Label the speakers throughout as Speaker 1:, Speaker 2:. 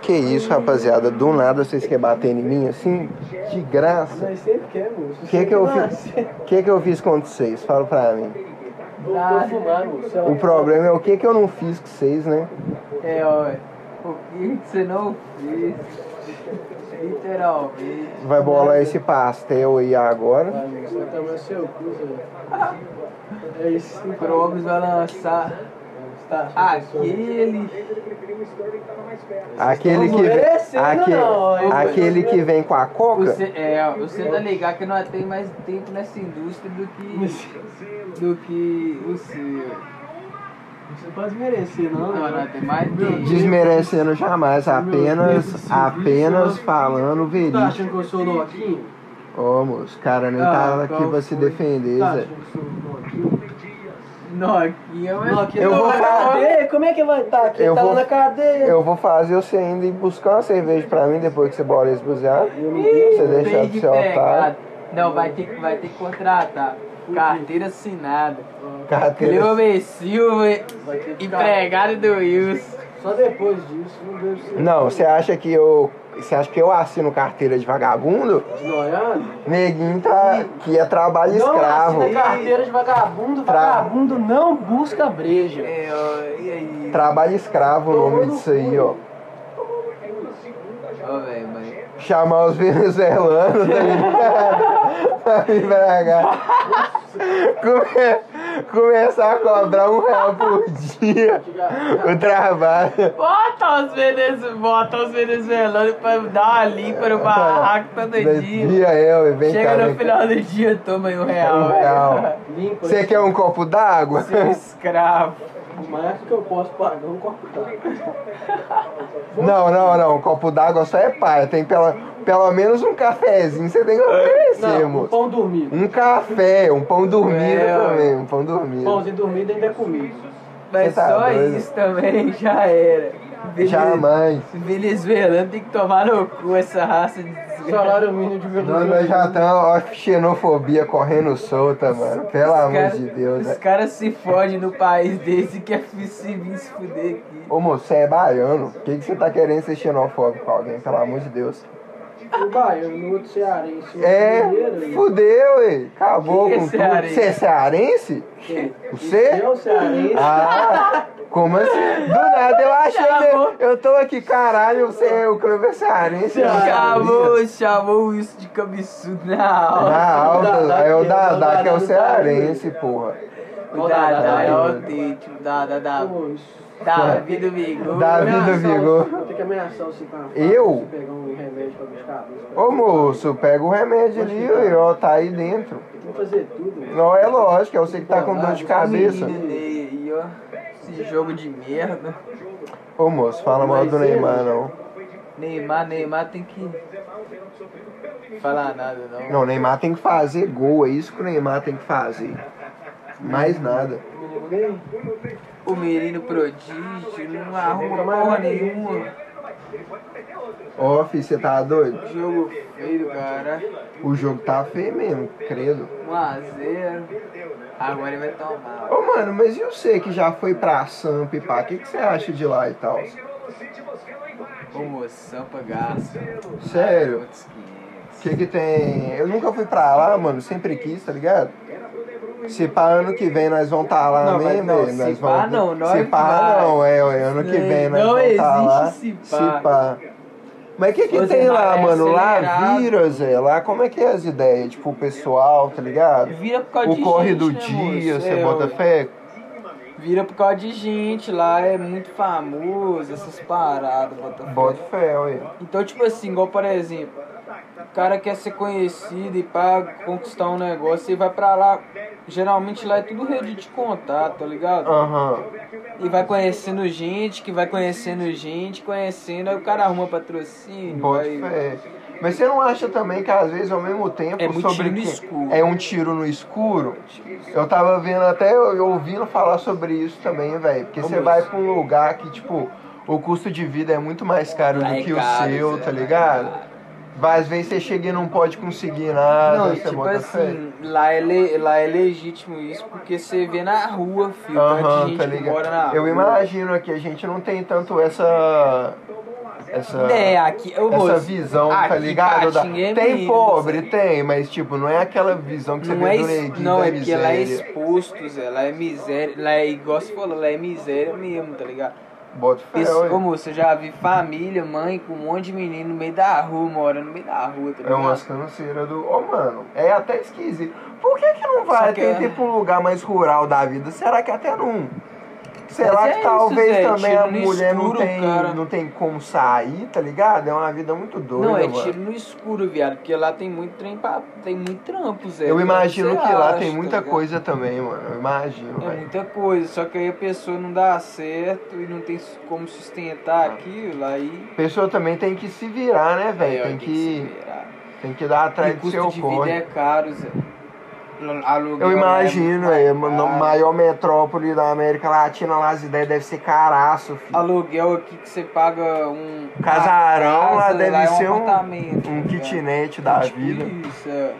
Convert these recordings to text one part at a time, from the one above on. Speaker 1: Que isso, rapaziada, do nada vocês querem bater em mim assim? De graça.
Speaker 2: Nós
Speaker 3: é
Speaker 2: sempre queremos, moço.
Speaker 1: O que é que eu fiz?
Speaker 2: Você
Speaker 1: que que eu fiz com vocês? Fala pra mim.
Speaker 2: voltou a fumar, moço.
Speaker 1: O problema é o que que eu não fiz com vocês, né?
Speaker 3: É, olha, o que que você não fez? Literalmente.
Speaker 1: Vai bolar esse pastel aí agora.
Speaker 2: Ah, moço, vai tomar seu cu, velho. É isso.
Speaker 3: O Krogos vai lançar
Speaker 2: Tá,
Speaker 3: aquele.
Speaker 1: Aquele que vem, aquele, aquele que vem com a coca.
Speaker 3: Você, é, você tá ligado que nós tem mais tempo nessa indústria do que. do que o seu.
Speaker 2: Você pode merecer, não? né?
Speaker 3: Não, nós tem mais tempo.
Speaker 1: Desmerecendo
Speaker 2: Tá
Speaker 1: jamais, apenas, apenas falando o
Speaker 2: Tá
Speaker 1: verídico.
Speaker 2: achando que eu sou louquinho?
Speaker 1: Ô, moço, cara, nem tava aqui pra se defender,
Speaker 2: Tá
Speaker 1: Zé.
Speaker 2: achando que eu sou louquinho?
Speaker 3: Nokia, mas.
Speaker 2: Não, que
Speaker 1: Eu
Speaker 2: tá
Speaker 1: vou
Speaker 2: na
Speaker 1: falar-
Speaker 2: cadeia, Como é que vai estar aqui?
Speaker 1: Eu
Speaker 2: tá
Speaker 1: vou-
Speaker 2: na cadeia.
Speaker 1: Eu vou fazer você ainda ir buscar uma cerveja pra mim depois que você bola esse buzeado. Você deixar
Speaker 3: Tem
Speaker 1: de
Speaker 3: que
Speaker 1: ser um
Speaker 3: pegar.
Speaker 1: otário.
Speaker 3: Não, vai ter, que- vai ter que contratar. Carteira assinada.
Speaker 1: Carteira.
Speaker 3: Cleomer Silva,
Speaker 2: Vai ter que ficar-
Speaker 3: empregado do Wilson.
Speaker 2: Só depois disso, não deve ser.
Speaker 1: Não, você acha que eu. Você acha que eu assino carteira de vagabundo?
Speaker 2: Desnoiado?
Speaker 1: Neguinho tá. que é trabalho escravo.
Speaker 2: é, Não assina carteira de vagabundo. Vagabundo não busca breja.
Speaker 3: É, ó, e aí?
Speaker 1: Trabalho escravo o nome disso aí, ó.
Speaker 3: Ó, velho, mas.
Speaker 1: Chamar os venezuelanos, tá ligado? pra vir pra cá. Come- Começar a cobrar um real por dia o trabalho.
Speaker 3: Bota os, venez... Bota os venezuelanos pra dar uma limpa no barraco todo
Speaker 1: Todo
Speaker 3: dia.
Speaker 1: é, ué, vem cá.
Speaker 3: Chega
Speaker 1: vem
Speaker 3: no
Speaker 1: cá.
Speaker 3: final do dia, toma aí um real.
Speaker 1: Um real.
Speaker 2: Limpa.
Speaker 1: Você quer um copo d'água?
Speaker 3: Seu um escravo.
Speaker 2: O mais que eu posso pagar é um copo d'água.
Speaker 1: Não, não, não. Um copo d'água só é pai. Tem pela, pelo menos um cafezinho você tem que oferecer,
Speaker 2: Não, um
Speaker 1: moço.
Speaker 2: pão dormido.
Speaker 1: Um café, um pão dormido
Speaker 3: É, ué.
Speaker 1: também. Um pão dormido.
Speaker 2: Pãozinho dormido ainda é comido.
Speaker 3: Mas
Speaker 1: Você tá
Speaker 3: só
Speaker 1: doido?
Speaker 3: isso também já era. Vene-
Speaker 1: Jamais.
Speaker 3: Venezuelano tem que tomar no cu essa raça de desgraça.
Speaker 2: Salário mínimo de
Speaker 1: Nós, nós já estamos, ó, xenofobia correndo solta, mano. Pelo amor de Deus, né?
Speaker 3: Os
Speaker 1: velho.
Speaker 3: caras se fodem no país desse que é possível vir se fuder aqui.
Speaker 1: Ô, moço, você é baiano. Por que, que você tá querendo ser xenofóbico com alguém? Pelo amor de Deus.
Speaker 2: O baiano, no outro cearense. o
Speaker 1: É,
Speaker 2: mineiro,
Speaker 1: fudeu, ué. Acabou
Speaker 3: Quem é
Speaker 1: com tudo.
Speaker 3: cearense?
Speaker 1: Você é cearense?
Speaker 2: quem?
Speaker 1: Você?
Speaker 2: Eu, cearense.
Speaker 1: Ah, como assim? Do nada, eu achei
Speaker 3: Chamou.
Speaker 1: que eu tô aqui, caralho, você é o Cleber Cearense. eu não sabia.
Speaker 3: Chamou, chamou isso de cabeçudo na aula.
Speaker 1: Na alta,
Speaker 2: Dadá
Speaker 1: é o
Speaker 2: que é, o
Speaker 1: Dadá
Speaker 2: Dadá
Speaker 1: que é o
Speaker 2: do
Speaker 1: cearense, porra.
Speaker 3: O Dada é
Speaker 1: Dada.
Speaker 3: autêntico, Dada da
Speaker 2: Pô, isso.
Speaker 3: Davi do Vigor.
Speaker 1: Davi do
Speaker 2: Ameaçar
Speaker 1: Vigor.
Speaker 2: você, Tem que ameaçar você com a faca,
Speaker 1: Eu?
Speaker 2: Você pegar um remédio pra buscar a luz. pra-
Speaker 1: Ô moço, pega o remédio ali, ué, ó, tá aí dentro.
Speaker 2: Tem que fazer tudo. né?
Speaker 1: Não, é lógico, é você que tá com dor de cabeça.
Speaker 3: Menino Ney aí, ó. Esse jogo de merda.
Speaker 1: Ô moço, fala mal do Neymar, não.
Speaker 3: Neymar, Neymar tem que. Falar nada, não.
Speaker 1: Não, o Neymar tem que fazer gol, é isso que o Neymar tem que fazer. Mais nada.
Speaker 2: Ninguém-
Speaker 3: O menino prodígio não
Speaker 1: é
Speaker 3: arruma porra nenhuma.
Speaker 1: né? Ó, fi, você tá doido?
Speaker 3: Jogo feio, cara.
Speaker 1: O jogo tá feio mesmo, credo.
Speaker 3: 1x0. Agora ele vai tomar.
Speaker 1: Ô mano, mas e você que já foi pra Samp, pá? O que, que você acha de lá e tal?
Speaker 3: Promoção pra gasto.
Speaker 1: Sério?
Speaker 3: Outros 500.
Speaker 1: O que que tem? Eu nunca fui pra lá, mano, sempre quis, tá ligado? Se pá, ano que vem nós vamos tá lá
Speaker 3: Não, mas
Speaker 1: mesmo,
Speaker 3: não,
Speaker 1: velho,
Speaker 3: se
Speaker 1: nós
Speaker 3: pá
Speaker 1: vamos...
Speaker 3: não, nós
Speaker 1: Se pá
Speaker 3: vai.
Speaker 1: não, é, ué, ano que vem nós
Speaker 3: Não
Speaker 1: vamos tá
Speaker 3: existe
Speaker 1: lá.
Speaker 3: se pá.
Speaker 1: Se pá. Mas o que que
Speaker 3: Ô, Zé
Speaker 1: tem lá,
Speaker 3: Mané,
Speaker 1: mano? Lá
Speaker 3: acelerado.
Speaker 1: vira, Zé, lá como é que é as ideias? Tipo, o pessoal, tá ligado?
Speaker 3: Vira por causa de
Speaker 1: O corre
Speaker 3: gente,
Speaker 1: do
Speaker 3: né,
Speaker 1: dia,
Speaker 3: moço?
Speaker 1: você
Speaker 3: É,
Speaker 1: bota
Speaker 3: ué.
Speaker 1: fé?
Speaker 3: Vira por causa de gente lá, é muito famoso, essas paradas, bota fé.
Speaker 1: Bota fé, ué.
Speaker 3: Então, tipo assim, igual por exemplo, o cara quer ser conhecido e pra conquistar um negócio e vai pra lá. Geralmente lá é tudo rede de contato, tá ligado?
Speaker 1: Aham.
Speaker 3: E vai conhecendo gente, que vai conhecendo gente, conhecendo, aí o cara arruma patrocínio.
Speaker 1: Bota
Speaker 3: vai-
Speaker 1: fé. Mas você não acha também que às vezes ao mesmo tempo
Speaker 3: É muito
Speaker 1: sobre
Speaker 3: tiro no
Speaker 1: que-
Speaker 3: escuro.
Speaker 1: é um tiro no escuro? Eu tava vendo até eu ouvindo falar sobre isso também, velho, porque você
Speaker 3: Vamos.
Speaker 1: vai pra um lugar que tipo o custo de vida é muito mais caro
Speaker 3: Lá
Speaker 1: do
Speaker 3: é
Speaker 1: que
Speaker 3: caro,
Speaker 1: o seu,
Speaker 3: Zé,
Speaker 1: tá
Speaker 3: lá é
Speaker 1: ligado?
Speaker 3: caro.
Speaker 1: Vai, às vezes você chega e não pode conseguir nada,
Speaker 3: Não,
Speaker 1: você
Speaker 3: tipo
Speaker 1: bota fé.
Speaker 3: assim, lá é, le- lá é legítimo isso, porque você vê na rua, filho,
Speaker 1: Aham,
Speaker 3: tanta um gente
Speaker 1: tá
Speaker 3: que mora
Speaker 1: ligado?
Speaker 3: na
Speaker 1: Eu
Speaker 3: rua.
Speaker 1: imagino que a gente não tem tanto essa essa,
Speaker 3: É, aqui. Eu vou.
Speaker 1: essa visão, tá
Speaker 3: aqui,
Speaker 1: ligado? Da-
Speaker 3: Patinga é
Speaker 1: Tem
Speaker 3: Minas.
Speaker 1: pobre, tem, mas tipo, não é aquela visão que você
Speaker 3: Não
Speaker 1: vê
Speaker 3: é,
Speaker 1: do
Speaker 3: es-
Speaker 1: Neidinho
Speaker 3: não,
Speaker 1: da
Speaker 3: é porque lá é
Speaker 1: miséria.
Speaker 3: exposto, Zé. Lá é miséria. Lá é igual você falou, lá é miséria mesmo, tá ligado?
Speaker 1: Bota fé,
Speaker 3: Isso,
Speaker 1: É, ué.
Speaker 3: ô moço, eu já vi família, mãe com um monte de menino no meio da rua, mora no meio da rua, tá
Speaker 1: É
Speaker 3: ligado?
Speaker 1: umas canseiras do. Ô, mano, é até esquisito. Por que, que não vai
Speaker 3: Só que
Speaker 1: ter
Speaker 3: é-
Speaker 1: tipo um lugar mais rural da vida? Será que até não? Será
Speaker 3: Mas
Speaker 1: que
Speaker 3: é
Speaker 1: talvez
Speaker 3: isso, Zé,
Speaker 1: também
Speaker 3: tiro
Speaker 1: a
Speaker 3: no
Speaker 1: mulher não,
Speaker 3: escuro,
Speaker 1: tem,
Speaker 3: cara.
Speaker 1: não tem como sair, tá ligado? É uma vida muito doida.
Speaker 3: Não, é
Speaker 1: mano.
Speaker 3: tiro no escuro, viado, porque lá tem muito trem pra... tem muito trampo, Zé.
Speaker 1: Eu
Speaker 3: Então,
Speaker 1: imagino
Speaker 3: você
Speaker 1: que lá
Speaker 3: acha,
Speaker 1: tem
Speaker 3: tá
Speaker 1: muita
Speaker 3: ligado?
Speaker 1: coisa também, mano. Eu imagino,
Speaker 3: É
Speaker 1: velho.
Speaker 3: muita coisa, só que aí a pessoa não dá certo e não tem como
Speaker 1: Ah.
Speaker 3: sustentar aquilo, aí...
Speaker 1: A pessoa também tem que se virar, né, velho?
Speaker 3: aí, É, ó,
Speaker 1: Tem
Speaker 3: se
Speaker 1: que,
Speaker 3: virar.
Speaker 1: tem que dar
Speaker 3: E
Speaker 1: atrás do
Speaker 3: custo
Speaker 1: seu
Speaker 3: de vida é
Speaker 1: corre.
Speaker 3: caro, Zé. Aluguel
Speaker 1: Eu
Speaker 3: lá é
Speaker 1: imagino,
Speaker 3: muito
Speaker 1: é,
Speaker 3: caro.
Speaker 1: mano, maior metrópole da América Latina, lá as ideias devem ser caraço,
Speaker 3: Tá
Speaker 1: filho.
Speaker 3: Aluguel aqui que você paga um...
Speaker 1: Casarão
Speaker 3: uma
Speaker 1: lá deve
Speaker 3: é
Speaker 1: ser um-
Speaker 3: apartamento,
Speaker 1: Um
Speaker 3: tá ligado?
Speaker 1: kitnet da
Speaker 3: Tipo
Speaker 1: vida.
Speaker 3: Isso, é.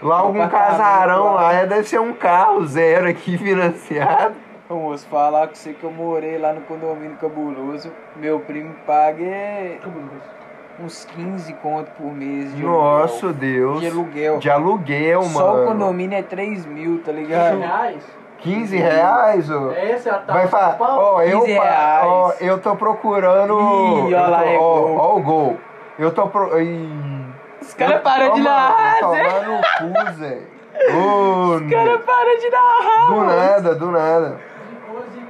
Speaker 1: Lá
Speaker 3: Um
Speaker 1: algum
Speaker 3: apartamento
Speaker 1: casarão
Speaker 3: lá.
Speaker 1: lá é, deve ser um carro zero aqui financiado.
Speaker 3: Ô moço, falar com você que eu morei lá no condomínio cabuloso. Meu primo paga é uns 15 conto por mês de
Speaker 1: Nosso
Speaker 3: aluguel.
Speaker 1: Deus.
Speaker 3: De aluguel.
Speaker 1: De aluguel,
Speaker 3: Só o
Speaker 1: mano.
Speaker 3: condomínio é 3 mil, tá ligado?
Speaker 2: Reais?
Speaker 1: 15 reais, ô.
Speaker 2: Essa é a
Speaker 1: Vai falar, ó, eu,
Speaker 3: 15
Speaker 1: pa-
Speaker 3: reais.
Speaker 1: ó, eu tô procurando.
Speaker 3: Ih,
Speaker 1: eu
Speaker 3: ó lá,
Speaker 1: tô-
Speaker 3: é
Speaker 1: ó,
Speaker 3: gol.
Speaker 1: ó o gol. Eu tô pro. Ih.
Speaker 3: Os caras param de
Speaker 1: tá
Speaker 3: narrar, Zé.
Speaker 1: Tomar no cu, Zé. Ô,
Speaker 3: Os caras param de narrar.
Speaker 1: do nada, do nada.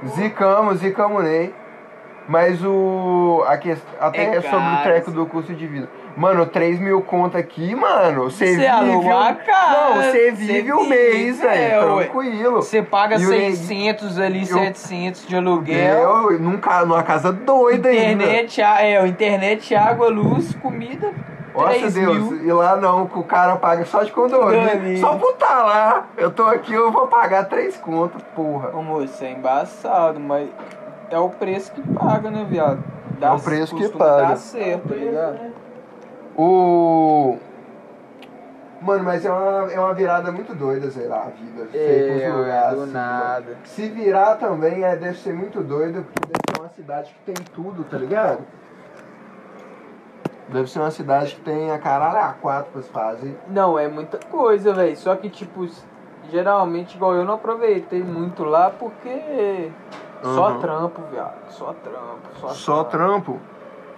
Speaker 2: Zicou,
Speaker 1: Zicamos, zicamos Ney. Mas o. A quest... Até
Speaker 3: É
Speaker 1: é sobre o
Speaker 3: caro.
Speaker 1: treco do custo de vida. Mano, 3 mil conto aqui, mano. Você
Speaker 3: Você
Speaker 1: vive.
Speaker 3: é
Speaker 1: um-
Speaker 3: alugou a casa,
Speaker 1: Não, você
Speaker 3: você
Speaker 1: vive o
Speaker 3: vive,
Speaker 1: mês,
Speaker 3: é,
Speaker 1: velho.
Speaker 3: ué.
Speaker 1: Tranquilo.
Speaker 3: Você paga
Speaker 1: E o neg-
Speaker 3: 600 ali,
Speaker 1: e o-
Speaker 3: 700 de aluguel.
Speaker 1: Eu, num ca- numa casa doida ainda.
Speaker 3: Internet, a- é, internet, água, luz, comida.
Speaker 1: Nossa
Speaker 3: 3
Speaker 1: Deus,
Speaker 3: mil.
Speaker 1: e lá não, que o cara paga só de condomínio.
Speaker 3: Condomínio.
Speaker 1: Só por tá lá. Eu tô aqui, eu vou pagar três contos, porra.
Speaker 3: Ô moço, é embaçado, mas é o preço que paga, né, viado?
Speaker 1: É o preço que
Speaker 3: costuma
Speaker 1: paga.
Speaker 3: Dá
Speaker 2: é
Speaker 3: certo, tá ligado?
Speaker 1: O. Mano, mas é uma, é uma virada muito doida, sei lá, a vida. Sei, pros
Speaker 3: É,
Speaker 1: lugares,
Speaker 3: do
Speaker 1: assim,
Speaker 3: nada.
Speaker 1: mano. Se virar também é, deve ser muito doido, porque deve ser uma cidade que tem tudo, tá ligado? Deve ser uma cidade que tem a caralho a quatro pra se fazer.
Speaker 3: Não, é muita coisa, velho. Só que, tipo, s- geralmente, igual eu não aproveitei muito lá porque. Só
Speaker 1: Uhum.
Speaker 3: trampo, viado. Só trampo, só,
Speaker 1: Só trampo?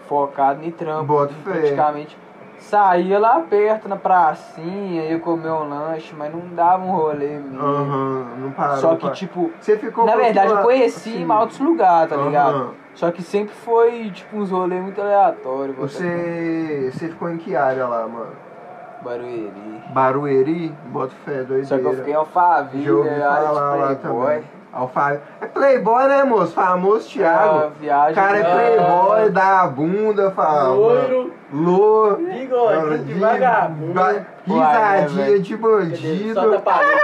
Speaker 3: Focado em trampo.
Speaker 1: Bota fé.
Speaker 3: praticamente. Saía lá perto na pracinha, ia comer um lanche, mas não dava um rolê mesmo.
Speaker 1: Aham, não parou.
Speaker 3: Só que,
Speaker 1: pá.
Speaker 3: tipo,
Speaker 1: Você ficou
Speaker 3: na
Speaker 1: com
Speaker 3: verdade eu
Speaker 1: aquela-
Speaker 3: conheci
Speaker 1: assim,
Speaker 3: em altos lugares, tá
Speaker 1: Aham.
Speaker 3: ligado? Só que sempre foi, tipo, uns rolês muito aleatórios. bota
Speaker 1: Você, você ficou em que área lá, mano?
Speaker 3: Barueri.
Speaker 1: Barueri? Bota fé, é doideira.
Speaker 3: Só que eu fiquei tipo, em
Speaker 1: Já ouvi
Speaker 3: Alphaville, área
Speaker 1: falar lá
Speaker 3: de
Speaker 1: também.
Speaker 3: Playboy.
Speaker 1: Alfa... É playboy, né, moço? Famoso
Speaker 3: Ah,
Speaker 1: Thiago. O
Speaker 3: viagem.
Speaker 1: cara é
Speaker 3: pra-
Speaker 1: playboy, dá a bunda, fala...
Speaker 2: Loiro,
Speaker 1: Louro.
Speaker 2: bigodinho de vagabundo.
Speaker 1: ba-
Speaker 3: Uai, né,
Speaker 1: Risadinha
Speaker 3: velho?
Speaker 1: de
Speaker 2: Cadê?
Speaker 1: bandido.
Speaker 2: Solta a paleta.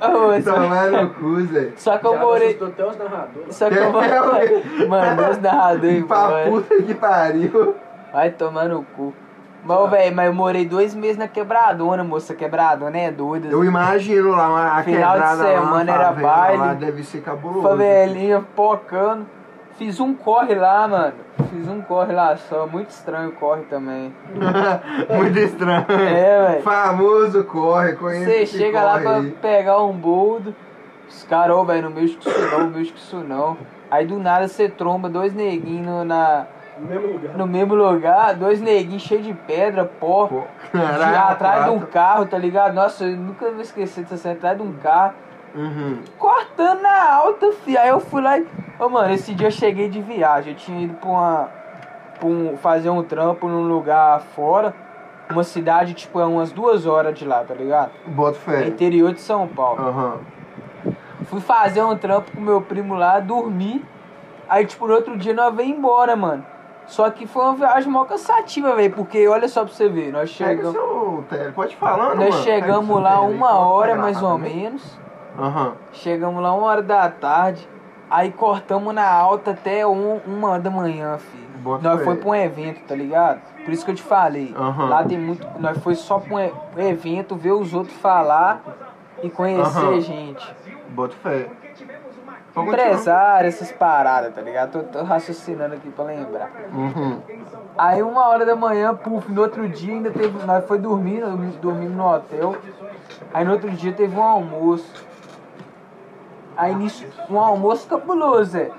Speaker 3: Ô, só-
Speaker 1: Tomar no cu, Zé.
Speaker 3: Só que eu
Speaker 2: Já
Speaker 3: morei.
Speaker 2: assustou até os narradores.
Speaker 3: Só que eu
Speaker 1: É,
Speaker 3: morei. Mano, os narradores
Speaker 1: Pra
Speaker 3: embora.
Speaker 1: puta que pariu.
Speaker 3: Vai tomar no cu.
Speaker 1: Tá.
Speaker 3: Mas, velho, mas eu morei dois meses na quebradona, moça. Quebradona é doida.
Speaker 1: Eu imagino lá uma a
Speaker 3: Final de
Speaker 1: quebrada lá,
Speaker 3: semana
Speaker 1: uma
Speaker 3: era
Speaker 1: favela
Speaker 3: baile.
Speaker 1: Lá deve ser cabuloso.
Speaker 3: Favelinha "É, pocando. Fiz um corre lá, mano. Fiz um corre lá só. Muito estranho o corre também.
Speaker 1: Muito estranho.
Speaker 3: É, velho.
Speaker 1: Famoso corre, conhece
Speaker 3: Você
Speaker 1: esse
Speaker 3: chega lá
Speaker 1: corre
Speaker 3: pra
Speaker 1: aí.
Speaker 3: pegar um boldo. Os caras, ô, velho, não mexe com isso não, não mexe com isso não. Aí do nada você tromba dois neguinhos no- na,
Speaker 2: No mesmo lugar.
Speaker 3: no mesmo lugar, dois neguinhos cheios de pedra, pó.
Speaker 1: Pô,
Speaker 3: De- atrás de um
Speaker 1: quatro.
Speaker 3: carro, tá ligado? Nossa, eu nunca vou esquecer de cena atrás de um carro.
Speaker 1: Uhum.
Speaker 3: Cortando na alta, fi. Aí eu fui lá e. Ô, mano, esse dia eu cheguei de viagem. Eu tinha ido pra uma. Pra um, fazer um trampo num lugar fora. Uma cidade, tipo, é umas duas horas de lá, tá ligado?
Speaker 1: Bota fé.
Speaker 3: É interior de São Paulo.
Speaker 1: Aham. Ah.
Speaker 3: Fui fazer um trampo com meu primo lá, dormi. Aí, tipo, no outro dia nós veio embora, mano. Só que foi uma viagem mó cansativa, velho. Porque olha só pra você ver, nós
Speaker 1: Pega o
Speaker 3: chegamos.
Speaker 1: seu tele, pode falar,
Speaker 3: Nós chegamos lá uma hora mais ou
Speaker 1: né?
Speaker 3: menos.
Speaker 1: Aham.
Speaker 3: Chegamos lá uma hora da tarde. Aí cortamos na alta até um- uma hora da manhã, filho.
Speaker 1: Bota
Speaker 3: nós
Speaker 1: fé.
Speaker 3: foi pra um evento, tá ligado? Por isso que eu te falei.
Speaker 1: Aham.
Speaker 3: Lá tem muito. Nós foi só pra um e- um evento, ver os outros falar e conhecer
Speaker 1: Aham.
Speaker 3: gente.
Speaker 1: Bota fé. Vamos
Speaker 3: Empresário, essas paradas, tá ligado? Tô, tô raciocinando aqui pra lembrar.
Speaker 1: Uhum.
Speaker 3: Aí uma hora da manhã, puf, no outro dia ainda teve. Nós foi dormir, dormimos no hotel. Aí no outro dia teve um almoço. Aí nisso, um almoço cabuloso, Zé.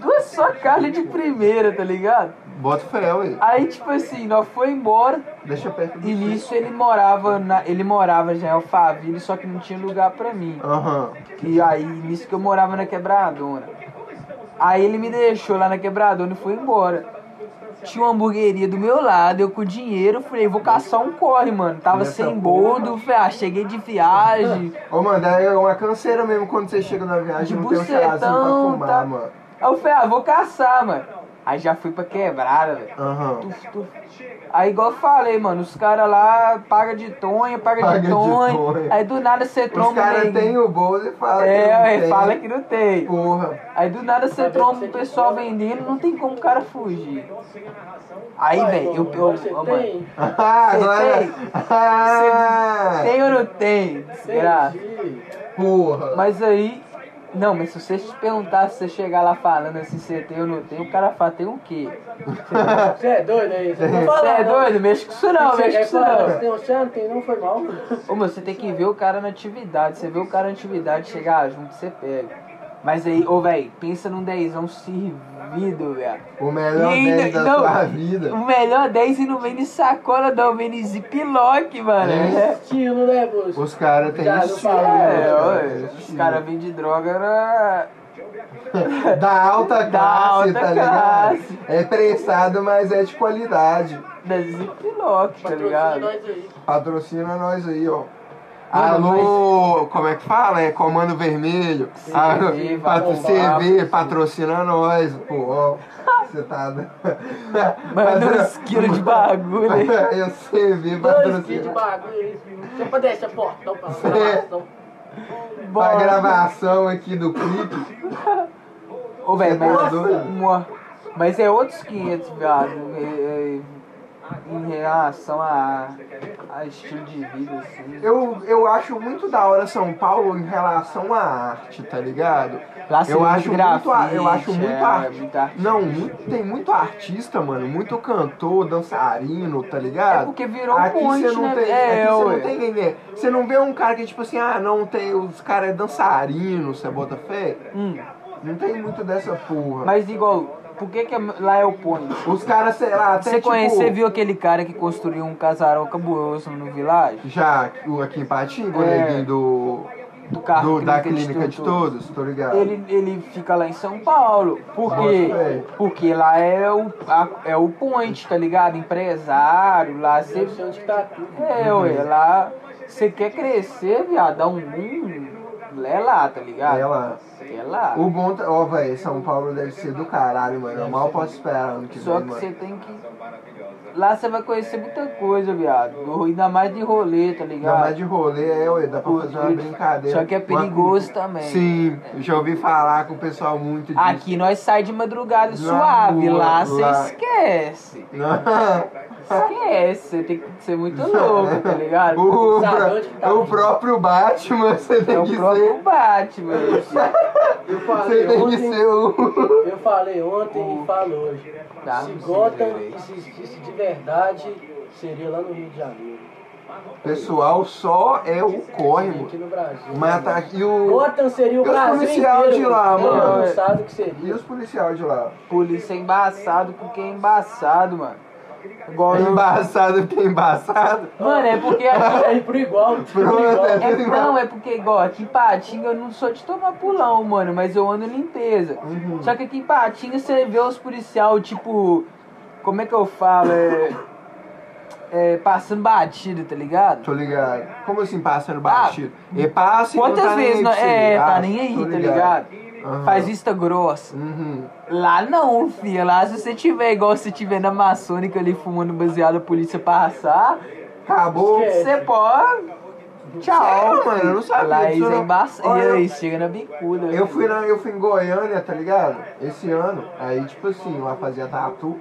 Speaker 3: Duas só carne de primeira, tá ligado?
Speaker 1: Bota o ferel aí.
Speaker 3: Aí tipo assim, nós foi embora.
Speaker 1: Deixa perto do
Speaker 3: E nisso ele morava na. Ele morava já em Alphaville, só que não tinha lugar pra mim.
Speaker 1: Aham.
Speaker 3: E aí, nisso que eu morava na quebradona. Aí ele me deixou lá na quebradona e foi embora. Tinha uma hamburgueria do meu lado, eu com dinheiro, falei, vou caçar um corre, mano. Tava
Speaker 1: Nessa
Speaker 3: sem boldo, falei, ah, cheguei de viagem.
Speaker 1: Ô, mano, é uma canseira mesmo quando você chega na viagem
Speaker 3: De
Speaker 1: não tem um charazinho pra
Speaker 3: bucetão,
Speaker 1: fumar,
Speaker 3: tá?
Speaker 1: mano.
Speaker 3: Aí eu falei, ah, vou caçar, mano. Aí já fui pra quebrada, velho.
Speaker 1: Aham.
Speaker 3: Tuf, tuf. Aí igual eu falei, mano, os caras lá paga de tonha, paga,
Speaker 1: Paga de
Speaker 3: de, tonha.
Speaker 1: tonha.
Speaker 3: Aí do nada você tromba.
Speaker 1: Os caras
Speaker 3: ninguém.
Speaker 1: têm o bolso e falam
Speaker 3: É,
Speaker 1: que não tem. um
Speaker 3: fala que não tem.
Speaker 1: Porra.
Speaker 3: Aí do nada você tromba o pessoal vendendo, não tem como o cara fugir. Aí, velho, eu. eu
Speaker 2: Você
Speaker 3: ó, mano,
Speaker 2: tem?
Speaker 1: Ah, agora...
Speaker 3: tem?
Speaker 1: Ah,
Speaker 3: tem ou não tem? Desgraça.
Speaker 2: Entendi.
Speaker 1: porra.
Speaker 3: Mas aí. Não, mas se você se perguntar, se você chegar lá falando assim, você tem ou não tem, o cara fala, tem o quê?
Speaker 2: Você é doido aí? Você não
Speaker 3: Você
Speaker 2: fala,
Speaker 3: é
Speaker 2: não.
Speaker 3: doido? Mexe com isso não,
Speaker 2: Você
Speaker 3: mexe com
Speaker 2: quer
Speaker 3: isso
Speaker 2: falar,
Speaker 3: não.
Speaker 2: Você tem um chão, tem não foi mal.
Speaker 3: Ô, meu, você tem que ver o cara na atividade. Você vê o cara na atividade, chegar junto, você pega. Mas aí, ô, velho, pensa num dezão servido, velho.
Speaker 1: O melhor
Speaker 3: E ainda-
Speaker 1: mês da
Speaker 3: não.
Speaker 1: sua vida.
Speaker 3: O melhor 10 e não vem de sacola, não, vem de ziplock, mano.
Speaker 1: É.
Speaker 2: Estilo, né, Bruce?
Speaker 3: tá
Speaker 1: Os caras têm
Speaker 2: Já não
Speaker 1: estilo,
Speaker 2: fala,
Speaker 1: né,
Speaker 3: É,
Speaker 1: cara?
Speaker 3: olha,
Speaker 1: Tem
Speaker 3: os
Speaker 1: estilo.
Speaker 3: caras vêm de droga na.
Speaker 1: Da alta classe,
Speaker 3: alta
Speaker 1: tá
Speaker 3: classe.
Speaker 1: ligado? É prensado, mas é de qualidade.
Speaker 3: da ziplock, tá
Speaker 2: Patrocina
Speaker 3: ligado?
Speaker 2: nós aí.
Speaker 1: Patrocina nós aí, ó.
Speaker 3: Mano,
Speaker 1: Alô, como é que fala? É Comando Vermelho. Alô,
Speaker 3: CV,
Speaker 1: patro-
Speaker 3: vamos lá.
Speaker 1: CV, patrocina nós. Pô, ó, você tá...
Speaker 3: Manda uns quilos de bagulho aí.
Speaker 1: É o CV,
Speaker 2: Dois quilos de
Speaker 3: é-
Speaker 1: patrocina.
Speaker 2: bagulho aí. Só pra deixar portão pra
Speaker 1: Você-
Speaker 2: gravação.
Speaker 1: Pra
Speaker 3: Bora.
Speaker 1: gravação aqui do clipe.
Speaker 3: Ô,
Speaker 1: Você
Speaker 3: velho,
Speaker 1: tá
Speaker 3: mas.
Speaker 1: doido?
Speaker 3: Mó- Mas é outros 500, viado. é- é- Em relação a, a estilo de vida, assim.
Speaker 1: Eu, eu acho muito da hora São Paulo em relação à arte, tá ligado?
Speaker 3: Lá se
Speaker 1: eu
Speaker 3: usa
Speaker 1: acho muito, a- eu acho
Speaker 3: grafite,
Speaker 1: muito
Speaker 3: é,
Speaker 1: arte.
Speaker 3: muito arte.
Speaker 1: Não, muito- tem muito artista, mano, muito cantor, dançarino, tá
Speaker 3: É
Speaker 1: ligado?
Speaker 3: porque virou um
Speaker 1: aqui
Speaker 3: monte,
Speaker 1: você não
Speaker 3: né?
Speaker 1: tem,
Speaker 3: é,
Speaker 1: aqui você
Speaker 3: ué.
Speaker 1: não tem ninguém. Você não vê um cara que tipo assim, ah, não tem os caras é dançarino, você bota fé?
Speaker 3: Hum,
Speaker 1: Não tem muito dessa porra.
Speaker 3: mas igual, por que, que é- lá é o ponte?
Speaker 1: Os caras, sei lá, até
Speaker 3: Você
Speaker 1: tipo,
Speaker 3: conhece, você viu aquele cara que construiu um casarão cabuloso no vilarejo?
Speaker 1: já o aqui em Patinga, o
Speaker 3: É.
Speaker 1: neguinho do,
Speaker 3: Do carro
Speaker 1: do- da
Speaker 3: Clínica de
Speaker 1: clínica de
Speaker 3: Tortura.
Speaker 1: todos, tô ligado?
Speaker 3: Ele, ele fica lá em São Paulo. Por quê?
Speaker 1: É. Pode crer.
Speaker 3: Porque lá é o, a- é o point, tá ligado? Empresário, lá você.
Speaker 2: Deve ser onde que tá tudo.
Speaker 3: É,
Speaker 1: Uhum.
Speaker 3: ué, lá. Você quer crescer, viado, dá um boom. É lá, tá ligado?
Speaker 1: É lá.
Speaker 3: É lá.
Speaker 1: O bom, tá- ó, velho, São Paulo deve ser do caralho, mano. Eu mal posso esperar ano que
Speaker 3: Só
Speaker 1: vem,
Speaker 3: que
Speaker 1: mano.
Speaker 3: você tem que. Lá você vai conhecer muita coisa, viado. Ainda mais de rolê,
Speaker 1: Ainda
Speaker 3: tá
Speaker 1: mais
Speaker 3: ligado?
Speaker 1: de rolê, é, ué, dá pra fazer uma brincadeira.
Speaker 3: Só que é perigoso também. né?
Speaker 1: Sim, já ouvi falar com o pessoal muito disso.
Speaker 3: Aqui nós sai de madrugada
Speaker 1: Na
Speaker 3: suave,
Speaker 1: rua,
Speaker 3: lá você
Speaker 1: lá.
Speaker 3: esquece. Esquece, você tem que ser muito louco, tá ligado?
Speaker 1: o,
Speaker 2: Sabe
Speaker 1: pró- é
Speaker 2: onde que tá?
Speaker 1: o próprio Batman, você tem
Speaker 3: É o
Speaker 1: que
Speaker 3: próprio Batman.
Speaker 2: Eu
Speaker 1: ser. Você
Speaker 2: falei
Speaker 1: tem que
Speaker 2: ontem,
Speaker 1: ser o.
Speaker 2: eu falei ontem e falo hoje.
Speaker 3: Tá,
Speaker 2: Se
Speaker 3: não sei
Speaker 2: Gotham
Speaker 3: direito.
Speaker 2: existisse de verdade, seria lá no Rio de Janeiro.
Speaker 1: Pessoal, só é o corre,
Speaker 2: Seria
Speaker 1: mano.
Speaker 2: aqui no Brasil.
Speaker 1: Mas tá aqui o.
Speaker 2: Gotham seria o
Speaker 1: E os
Speaker 2: Brasil
Speaker 1: policial
Speaker 2: inteiro.
Speaker 1: de lá,
Speaker 2: Todo
Speaker 1: mano?
Speaker 2: mundo sabe o que
Speaker 1: E
Speaker 2: seria.
Speaker 1: os policiais de lá?
Speaker 3: Polícia é embaçado porque é embaçado, mano. Igual eu-
Speaker 1: Embaçado porque é embaçado.
Speaker 3: Mano, é porque aqui.
Speaker 2: Aí por igual. Por
Speaker 1: Pronto,
Speaker 2: igual.
Speaker 1: é
Speaker 3: É,
Speaker 1: tudo igual.
Speaker 3: não, é porque igual aqui em Patinga eu não sou de tomar pulão, mano, mas eu ando em limpeza.
Speaker 1: Uhum.
Speaker 3: Só que aqui em Patinga você vê os policial, tipo, como é que eu falo? É, é, passando batido, tá ligado?
Speaker 1: Tô ligado. Como assim passando batido? e passa e
Speaker 3: Ah, Quantas
Speaker 1: não tá nem
Speaker 3: vezes
Speaker 1: aí
Speaker 3: não,
Speaker 1: pra você.
Speaker 3: é, tá
Speaker 1: Ah,
Speaker 3: nem aí,
Speaker 1: tô
Speaker 3: tá ligado?
Speaker 1: Aham.
Speaker 3: Faz vista grossa.
Speaker 1: Uhum.
Speaker 3: Lá não, filha. Lá se você tiver igual se tiver na maçônica ali fumando baseado, a polícia passar,
Speaker 1: Acabou.
Speaker 2: Esquece.
Speaker 3: você pode. Tchau,
Speaker 1: Sério, mano? Eu não sabia
Speaker 3: Lá
Speaker 1: disso,
Speaker 3: eles
Speaker 1: não. Olha,
Speaker 3: embaçam,
Speaker 1: eu-
Speaker 3: eles chegam na bicuda.
Speaker 1: Eu fui, na, eu fui em Goiânia, tá ligado? Esse ano. Aí, tipo assim, lá fazia tatu.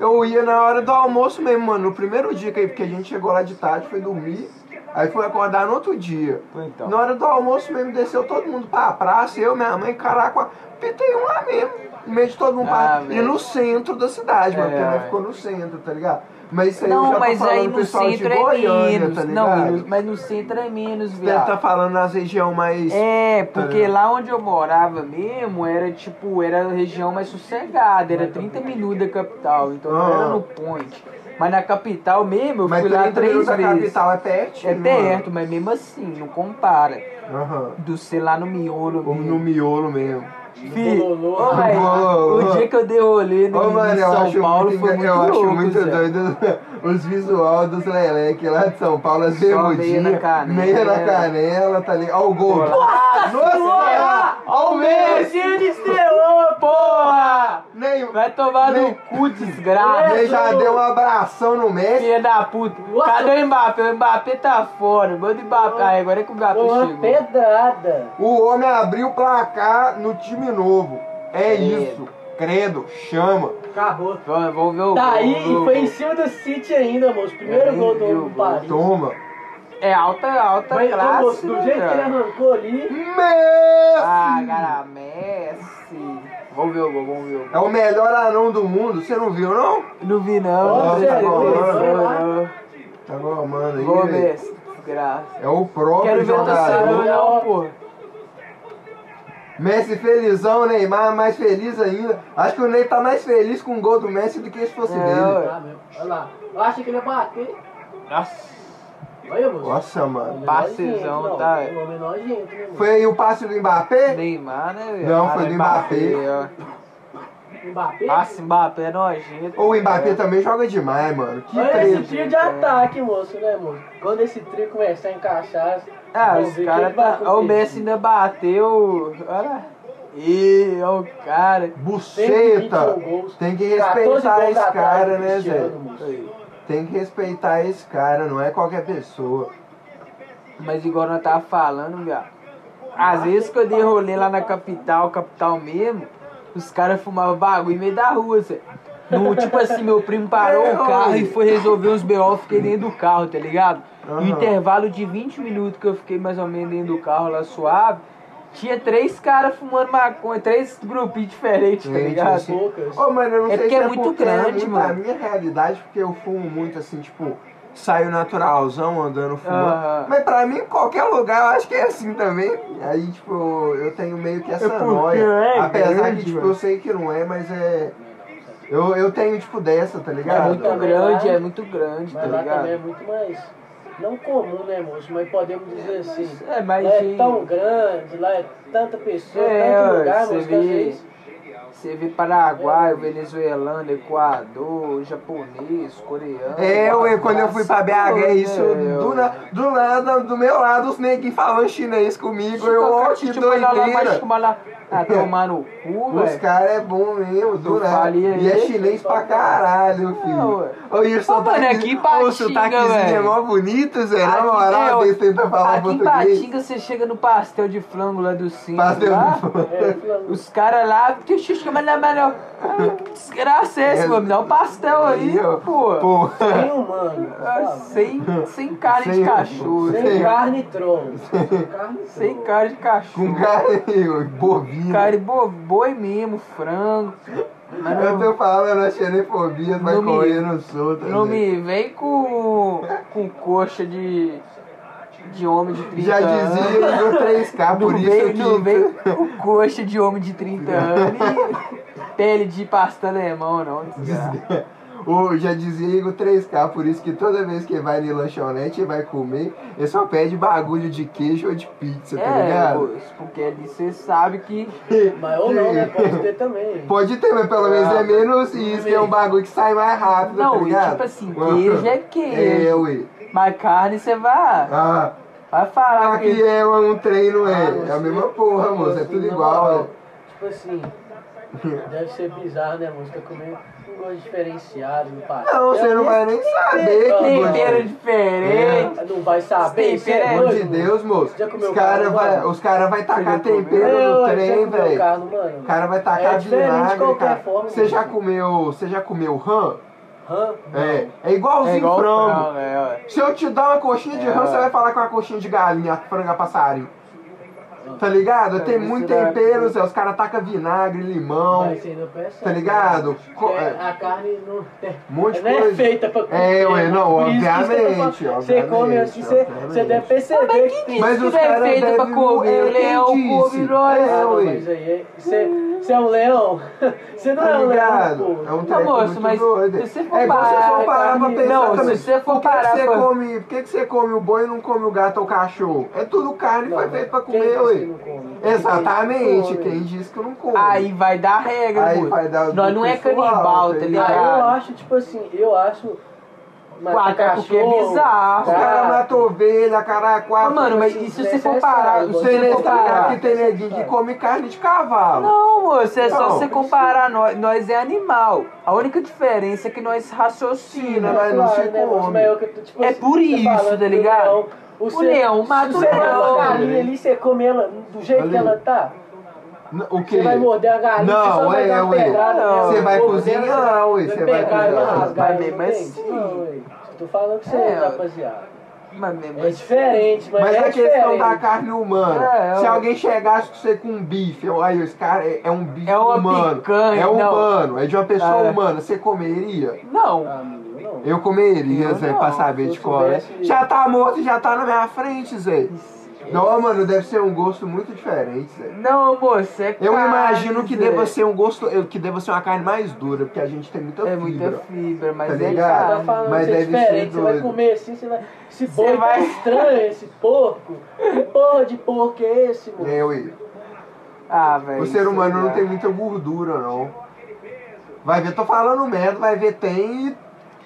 Speaker 1: Eu ia na hora do almoço mesmo, mano. No primeiro dia que, que a gente chegou lá de tarde, foi dormir. Aí fui acordar no outro dia.
Speaker 3: Pô, Então.
Speaker 1: Na hora do almoço mesmo desceu todo mundo pra praça, eu, minha mãe, caraca, pitei um lá mesmo. Em meio de todo mundo
Speaker 3: Ah,
Speaker 1: pra... E
Speaker 3: velho.
Speaker 1: no centro da cidade, mano,
Speaker 3: É,
Speaker 1: porque ela
Speaker 3: é.
Speaker 1: ficou no centro, tá ligado? Mas isso aí eu
Speaker 3: Não,
Speaker 1: já tô
Speaker 3: mas
Speaker 1: falando
Speaker 3: aí
Speaker 1: do
Speaker 3: no
Speaker 1: pessoal de
Speaker 3: centro é
Speaker 1: Goiânia,
Speaker 3: menos.
Speaker 1: tá ligado? tá-
Speaker 3: não, mas no centro é menos,
Speaker 1: Deve
Speaker 3: viado.
Speaker 1: estar falando nas regiões mais.
Speaker 3: É, porque
Speaker 1: ligado?
Speaker 3: lá onde eu morava mesmo era tipo, era a região mais sossegada, era 30 minutos da capital, então não
Speaker 1: Ah.
Speaker 3: era no point. Mas na capital mesmo, eu
Speaker 1: mas
Speaker 3: fui lá
Speaker 1: 30
Speaker 3: três
Speaker 1: minutos da
Speaker 3: vezes.
Speaker 1: capital é perto.
Speaker 3: É perto, mas mesmo assim, não compara.
Speaker 1: Aham.
Speaker 3: Do ser lá no miolo
Speaker 1: Ou
Speaker 3: mesmo.
Speaker 1: No miolo mesmo.
Speaker 3: Fi,
Speaker 2: bololô.
Speaker 3: ô, velho,
Speaker 1: Bololô.
Speaker 3: o dia que eu dei rolê no,
Speaker 1: Ô, mano,
Speaker 3: em
Speaker 1: eu
Speaker 3: São
Speaker 1: acho
Speaker 3: Paulo
Speaker 1: muito,
Speaker 3: foi
Speaker 1: engra-
Speaker 3: muito
Speaker 1: eu acho
Speaker 3: louco,
Speaker 1: muito
Speaker 3: Zé.
Speaker 1: doido né? os visual dos Leleque lá de São Paulo, as
Speaker 3: Só
Speaker 1: bermudinhas, meia na canela, tá ligado? Ó o gol.
Speaker 3: Nossa
Speaker 1: Senhora! Ó o
Speaker 3: Meu
Speaker 1: Messi!
Speaker 3: dia de estrelou, porra!
Speaker 1: Nem,
Speaker 3: Vai tomar
Speaker 1: Nem-
Speaker 3: no cu, desgraça.
Speaker 1: nem já deu um abração no Messi.
Speaker 3: Filha da puta.
Speaker 2: Nossa.
Speaker 3: Cadê o Mbappé? O Mbappé tá fora. Manda o Mbappé. Ah, agora é que o Mbappé
Speaker 2: Uma
Speaker 3: chegou.
Speaker 2: pedrada.
Speaker 1: O homem abriu o placar no time novo. É
Speaker 3: Credo.
Speaker 1: isso. Credo, chama.
Speaker 2: Carro.
Speaker 3: Vamos, vamos ver o
Speaker 2: Tá
Speaker 3: gol,
Speaker 2: aí
Speaker 3: vamos ver
Speaker 2: e
Speaker 3: o
Speaker 2: foi
Speaker 3: gol.
Speaker 2: em cima do City ainda, moço. Primeiro
Speaker 3: Eu
Speaker 2: É gol
Speaker 3: nem vi o
Speaker 2: do
Speaker 3: gol.
Speaker 2: Paris.
Speaker 1: Toma.
Speaker 3: É alta, alta
Speaker 2: Mas, ô,
Speaker 3: classe.
Speaker 2: moço, do
Speaker 3: né,
Speaker 2: jeito que ele
Speaker 3: cara?
Speaker 2: arrancou ali,
Speaker 1: Messi!
Speaker 3: Ah, cara, Messi. Vamos ver o gol, vamos ver o
Speaker 1: É
Speaker 3: gol.
Speaker 1: o melhor anão do mundo, você não viu não?
Speaker 3: Não vi não.
Speaker 2: Ó,
Speaker 3: não tá vi,
Speaker 2: Zé,
Speaker 3: não,
Speaker 2: gol,
Speaker 3: não,
Speaker 2: gol,
Speaker 3: não.
Speaker 1: Tá bom, mano aí.
Speaker 3: Gol,
Speaker 1: velho.
Speaker 3: Messi. Graça.
Speaker 1: É o próprio
Speaker 3: Quero ver o torcedor
Speaker 1: jogador.
Speaker 3: não, porra.
Speaker 1: Messi felizão, Neymar mais feliz ainda. Acho que o Ney tá mais feliz com o gol do Messi do que se fosse
Speaker 3: É,
Speaker 1: dele.
Speaker 3: ué.
Speaker 2: Tá mesmo. Olha lá. Eu achei que ele ia bater.
Speaker 3: Nossa.
Speaker 2: Olha, moço.
Speaker 1: Nossa, mano.
Speaker 3: Passezão, tá?
Speaker 2: O homem nojento, né, moço?
Speaker 1: Foi aí o passe do Mbappé?
Speaker 3: Neymar, né, velho?
Speaker 1: Não,
Speaker 3: Cara,
Speaker 1: foi do Mbappé.
Speaker 3: ó.
Speaker 2: Mbappé?
Speaker 3: Nossa, Mbappé é nojento.
Speaker 1: Ou o Mbappé tá-
Speaker 3: É.
Speaker 1: também joga demais, mano. Que
Speaker 2: Olha esse
Speaker 1: treta.
Speaker 2: trio de ataque, moço, né, moço? Quando esse trio começar a encaixar,
Speaker 3: Ah,
Speaker 2: vamos
Speaker 3: os
Speaker 2: ver quem vai
Speaker 3: caras tá. Ó, O
Speaker 2: competir.
Speaker 3: Messi ainda bateu. Olha. Ih, ó o cara.
Speaker 1: Buceta.
Speaker 2: 121 gols.
Speaker 1: Tem que
Speaker 2: 14
Speaker 1: respeitar
Speaker 2: gols
Speaker 1: esse
Speaker 2: atrás
Speaker 1: cara,
Speaker 2: do
Speaker 1: né, Zé?
Speaker 2: Cristiano, moço.
Speaker 1: Tem que respeitar esse cara, não é qualquer pessoa.
Speaker 3: Mas igual nós tava falando, viado. Às vezes que eu dei rolê lá na capital, capital mesmo, os caras fumavam bagulho em meio da rua, Zé. No, tipo assim, meu primo parou
Speaker 1: É,
Speaker 3: o carro e foi resolver uns B.O., fiquei dentro do carro, tá ligado? No
Speaker 1: Aham.
Speaker 3: intervalo de 20 minutos que eu fiquei mais ou menos dentro do carro lá suave, tinha três caras fumando maconha, três grupinhos diferentes, tá
Speaker 1: Gente,
Speaker 3: ligado?
Speaker 1: assim,
Speaker 2: Poucas.
Speaker 1: Ô, mano, eu não
Speaker 3: É
Speaker 1: sei
Speaker 3: porque
Speaker 1: se
Speaker 3: é muito
Speaker 1: porque não
Speaker 3: grande,
Speaker 1: muito
Speaker 3: mano.
Speaker 1: A minha realidade, porque eu fumo muito assim, tipo, saio naturalzão andando fumando.
Speaker 3: Aham.
Speaker 1: Mas pra mim, em qualquer lugar, eu acho que é assim também. Aí, tipo, eu tenho meio que essa
Speaker 3: É porque
Speaker 1: noia.
Speaker 3: é
Speaker 1: Apesar
Speaker 3: grande,
Speaker 1: que, tipo,
Speaker 3: mano.
Speaker 1: eu sei que não é, mas é. Eu, eu tenho, tipo, dessa, tá
Speaker 3: É
Speaker 1: ligado?
Speaker 3: muito grande, é muito grande, tá
Speaker 2: Mas lá também é
Speaker 3: ligado?
Speaker 2: muito mais. Não comum, né, moço? Mas podemos dizer assim.
Speaker 3: É, mas
Speaker 2: lá é
Speaker 3: gente,
Speaker 2: tão grande, lá é tanta pessoa,
Speaker 3: É,
Speaker 2: tanto
Speaker 3: ué,
Speaker 2: lugar,
Speaker 3: você
Speaker 2: moço, que às
Speaker 3: vê-
Speaker 2: vezes.
Speaker 3: Você vê Paraguai, venezuelano, Equador, japonês, coreano.
Speaker 1: É, ué, quando eu fui pra BH, isso
Speaker 3: É,
Speaker 1: do,
Speaker 3: ué.
Speaker 1: na, do nada, do meu lado, os neguinhos falando chinês comigo, eu, ó, que
Speaker 3: Tipo, lá, lá, mas
Speaker 1: doideira.
Speaker 3: tipo, lá- Ah, tomar no cu,
Speaker 1: Os
Speaker 3: velho.
Speaker 1: caras é bom mesmo, do
Speaker 3: Eu
Speaker 1: nada.
Speaker 3: falei
Speaker 1: E é
Speaker 3: aí.
Speaker 1: chinês pra caralho,
Speaker 3: Não,
Speaker 1: filho.
Speaker 3: ué.
Speaker 1: Olha e o
Speaker 3: mano,
Speaker 1: sotaque-
Speaker 3: aqui em Patinga,
Speaker 1: o sotaquezinho é
Speaker 3: velho.
Speaker 1: mó bonito, Zé. Na
Speaker 3: Aqui- é,
Speaker 1: moral,
Speaker 3: ó,
Speaker 1: você tenta falar
Speaker 3: Aqui em
Speaker 1: português.
Speaker 3: Patinga você chega no pastel de frango lá do cinto.
Speaker 1: Pastel
Speaker 3: lá,
Speaker 1: de frango.
Speaker 2: É, Flamengo.
Speaker 3: Os caras lá, que xixi, mas não é melhor. Ah, Desgraça é esse,
Speaker 1: É.
Speaker 3: mano. Me dá um pastel aí,
Speaker 1: ó.
Speaker 3: pô.
Speaker 1: Pô,
Speaker 2: Sem humano,
Speaker 3: Ah,
Speaker 2: sabe?
Speaker 3: Sem, sem carne
Speaker 1: Sem-
Speaker 3: de cachorro.
Speaker 1: sem-
Speaker 2: Sem carne e trono. Sem carne e
Speaker 3: Sem
Speaker 2: trono.
Speaker 3: cara de
Speaker 1: com
Speaker 3: cachorro.
Speaker 1: cara aí, bobinho.
Speaker 3: Cara, e bo- boi mesmo, frango. Mas
Speaker 1: Eu
Speaker 3: não,
Speaker 1: tô falando a xenofobia, vai
Speaker 3: Não me-
Speaker 1: correndo solta.
Speaker 3: não
Speaker 1: Zé.
Speaker 3: me vem com, com coxa de, de homem de 30
Speaker 1: Já
Speaker 3: anos.
Speaker 1: dizia no 3K, por
Speaker 3: não
Speaker 1: isso
Speaker 3: vem,
Speaker 1: que...
Speaker 3: não vem com coxa de homem de 30 anos e pele de pasta alemão, não. desgraça.
Speaker 1: Ô, já dizia Igor 3K, por isso que toda vez que vai em lanchonete e vai comer, ele só pede bagulho de queijo ou de pizza, tá
Speaker 3: É,
Speaker 1: ligado?
Speaker 3: pois, porque ali você sabe que
Speaker 2: Mas ou não, né? Pode ter também.
Speaker 1: Pode ter, mas pelo menos é menos isso, que é um bagulho que sai mais rápido,
Speaker 3: Não,
Speaker 1: tá ligado?
Speaker 3: tipo assim, queijo é queijo.
Speaker 1: É, ué.
Speaker 3: mais carne você vai,
Speaker 1: Ah,
Speaker 3: vai falar
Speaker 1: aqui
Speaker 3: que...
Speaker 1: é um treino,
Speaker 2: Ah,
Speaker 1: é.
Speaker 2: moço, tipo
Speaker 1: É a mesma porra, moço, é tudo
Speaker 2: na
Speaker 1: igual,
Speaker 2: moral,
Speaker 1: é.
Speaker 2: Tipo assim, deve ser bizarro, né, moço? Tá comendo um gosto diferenciado É no passado.
Speaker 1: Não, você não vai nem saber que gosto é.
Speaker 3: Tempero diferente.
Speaker 2: Não vai saber,
Speaker 3: Tempero
Speaker 2: você é
Speaker 3: é
Speaker 1: Pelo amor
Speaker 2: doido,
Speaker 1: de Deus, moço.
Speaker 2: Já comeu
Speaker 1: Os caras
Speaker 2: carne,
Speaker 1: vai,
Speaker 2: mano?
Speaker 1: os cara vai tacar
Speaker 3: Você já comeu?
Speaker 1: tempero no
Speaker 2: Eu, já
Speaker 1: trem,
Speaker 2: É, comeu
Speaker 1: velho.
Speaker 2: carne, mano.
Speaker 1: O cara vai tacar
Speaker 2: É
Speaker 1: de
Speaker 2: diferente de
Speaker 1: vinagre,
Speaker 2: qualquer
Speaker 1: cara.
Speaker 2: forma,
Speaker 1: Você já
Speaker 2: mano.
Speaker 1: comeu, você já comeu rã?
Speaker 2: Hã?
Speaker 1: É, é igualzinho
Speaker 3: É igual
Speaker 1: frango.
Speaker 3: frango, é, ué.
Speaker 1: Se eu te dar uma coxinha de
Speaker 3: É,
Speaker 1: rã, você
Speaker 3: ué.
Speaker 1: vai falar com uma coxinha de galinha, franga passarinho. Tá ligado?
Speaker 2: Tá,
Speaker 1: Tem
Speaker 2: isso
Speaker 1: muito
Speaker 2: dá-
Speaker 1: tempero, Zé. Os caras tacam vinagre, limão.
Speaker 2: Mas você não percebe.
Speaker 1: Tá ligado? Co-
Speaker 2: É,
Speaker 1: é,
Speaker 2: a carne não, é,
Speaker 1: Um monte de
Speaker 2: não é
Speaker 1: coisa.
Speaker 2: feita pra comer.
Speaker 1: É, ué, não,
Speaker 2: Por isso que isso que eu tô falando.
Speaker 1: obviamente,
Speaker 2: Você come assim,
Speaker 1: obviamente,
Speaker 2: você,
Speaker 1: obviamente.
Speaker 2: você deve perceber.
Speaker 3: Mas
Speaker 2: que
Speaker 3: quem
Speaker 2: tem-
Speaker 3: disse
Speaker 1: Mas
Speaker 3: que
Speaker 1: os
Speaker 3: não é
Speaker 1: cara
Speaker 3: feito pra
Speaker 1: devem-
Speaker 3: comer?
Speaker 1: eu
Speaker 3: Leão,
Speaker 1: disse.
Speaker 3: come nós.
Speaker 1: É,
Speaker 2: Ah, não,
Speaker 1: ué.
Speaker 2: mas aí é- você, você é um leão. Você não
Speaker 1: Tá
Speaker 2: é um
Speaker 1: ligado?
Speaker 2: leão. pô.
Speaker 1: É um
Speaker 3: Não,
Speaker 1: treco
Speaker 3: moço,
Speaker 1: muito
Speaker 3: mas
Speaker 1: doido.
Speaker 3: se você for
Speaker 1: é igual você
Speaker 3: parar-
Speaker 1: for parar pra pensar
Speaker 3: Não, se
Speaker 1: também.
Speaker 3: você for
Speaker 1: por que
Speaker 3: parar
Speaker 1: que você
Speaker 3: pra-
Speaker 1: come, Por que, que você come o boi e não come o gato ou o cachorro? É tudo carne,
Speaker 2: Não,
Speaker 1: foi feito pra
Speaker 2: quem
Speaker 1: comer,
Speaker 2: disse
Speaker 1: ué.
Speaker 2: que não come? Ah,
Speaker 1: Exatamente,
Speaker 2: Quem
Speaker 1: quem tá diz que não come.
Speaker 3: Aí vai dar regra,
Speaker 1: Aí
Speaker 3: moço.
Speaker 1: vai dar do
Speaker 3: Nós não é
Speaker 1: pessoal,
Speaker 3: canibal,
Speaker 1: tá
Speaker 3: tá
Speaker 2: Ah, eu
Speaker 3: ligado?
Speaker 2: acho, tipo assim, eu acho.
Speaker 1: tá
Speaker 3: Ué, até porque é bizarro.
Speaker 1: Os caras matam ovelha,
Speaker 3: Ah,
Speaker 1: caraca.
Speaker 3: mano, mas
Speaker 2: assim,
Speaker 3: e se
Speaker 2: né,
Speaker 3: você for
Speaker 2: você
Speaker 3: parar?
Speaker 2: sabe,
Speaker 3: Se
Speaker 1: Você
Speaker 2: você
Speaker 3: você tá- for
Speaker 1: nesse
Speaker 3: parar.
Speaker 1: lugar que é tem neguinho que come carne de cavalo.
Speaker 3: Não, moço, é só
Speaker 1: Não.
Speaker 3: você comparar. Nós, nós é animal. A única diferença é que nós
Speaker 1: Não,
Speaker 3: raciocina.
Speaker 1: mas não se
Speaker 2: né,
Speaker 1: come.
Speaker 2: tipo
Speaker 3: É
Speaker 2: assim,
Speaker 3: por isso, tá ligado? O leão mata o
Speaker 2: Você pega
Speaker 3: leão.
Speaker 2: uma galinha ali, você come ela do jeito
Speaker 1: Ali.
Speaker 2: que ela tá.
Speaker 1: N- O quê?
Speaker 2: Você vai morder a galinha,
Speaker 1: Não,
Speaker 2: você só vai
Speaker 1: é,
Speaker 2: dar uma
Speaker 1: ué.
Speaker 2: pedrada nela,
Speaker 1: Você vai
Speaker 2: o corpo
Speaker 1: cozinhar,
Speaker 2: dela,
Speaker 1: ué, você vai
Speaker 2: pegar ela,
Speaker 1: cozinhar.
Speaker 2: rasgar
Speaker 3: Vai,
Speaker 2: ela no
Speaker 3: mas
Speaker 2: dente.
Speaker 3: sim.
Speaker 2: Não, ué. Tô falando que você
Speaker 3: É,
Speaker 2: é,
Speaker 3: ué.
Speaker 2: rapaziada.
Speaker 3: Mas, assim, mas,
Speaker 2: É diferente, mas,
Speaker 1: Mas
Speaker 2: é
Speaker 1: a questão
Speaker 2: diferente.
Speaker 1: da carne humana.
Speaker 3: É,
Speaker 1: Se
Speaker 3: eu-
Speaker 1: alguém chegasse com você com um bife, eu, aí esse cara é, é um bife
Speaker 3: É uma
Speaker 1: humano.
Speaker 3: picanha,
Speaker 1: é
Speaker 3: não.
Speaker 1: humano, é de uma pessoa
Speaker 3: É.
Speaker 1: humana. Você comeria?
Speaker 3: Não.
Speaker 2: Ah, meu, não.
Speaker 1: Eu comeria,
Speaker 3: Eu
Speaker 1: Zé,
Speaker 3: não.
Speaker 1: pra saber
Speaker 2: Se
Speaker 1: de
Speaker 2: eu
Speaker 1: qual é.
Speaker 2: soubesse-
Speaker 1: Já tá morto e já tá na minha frente, Zé. Não, mano, deve ser um gosto muito diferente, Zé.
Speaker 3: Não, moço, é
Speaker 1: Eu
Speaker 3: carne,
Speaker 1: imagino que
Speaker 3: Zé.
Speaker 1: deva ser um gosto, eu- que deva ser uma carne mais dura, porque a gente tem muita
Speaker 3: É
Speaker 1: fibra.
Speaker 3: muita fibra, mas
Speaker 1: Tá
Speaker 3: é
Speaker 1: ligado?
Speaker 2: Tá
Speaker 3: carne.
Speaker 2: falando
Speaker 1: mas
Speaker 2: que é
Speaker 1: deve ser
Speaker 2: diferente, você vai
Speaker 1: doido.
Speaker 2: comer assim, você vai. Esse boi
Speaker 3: vai-
Speaker 2: vai... estranho, esse porco. Que porra de porco é esse, mano?
Speaker 1: É, ué.
Speaker 3: Ah, velho.
Speaker 1: O ser
Speaker 3: sei
Speaker 1: humano
Speaker 3: lá.
Speaker 1: não tem muita gordura, não. Vai ver, tô falando merda, vai ver, tem e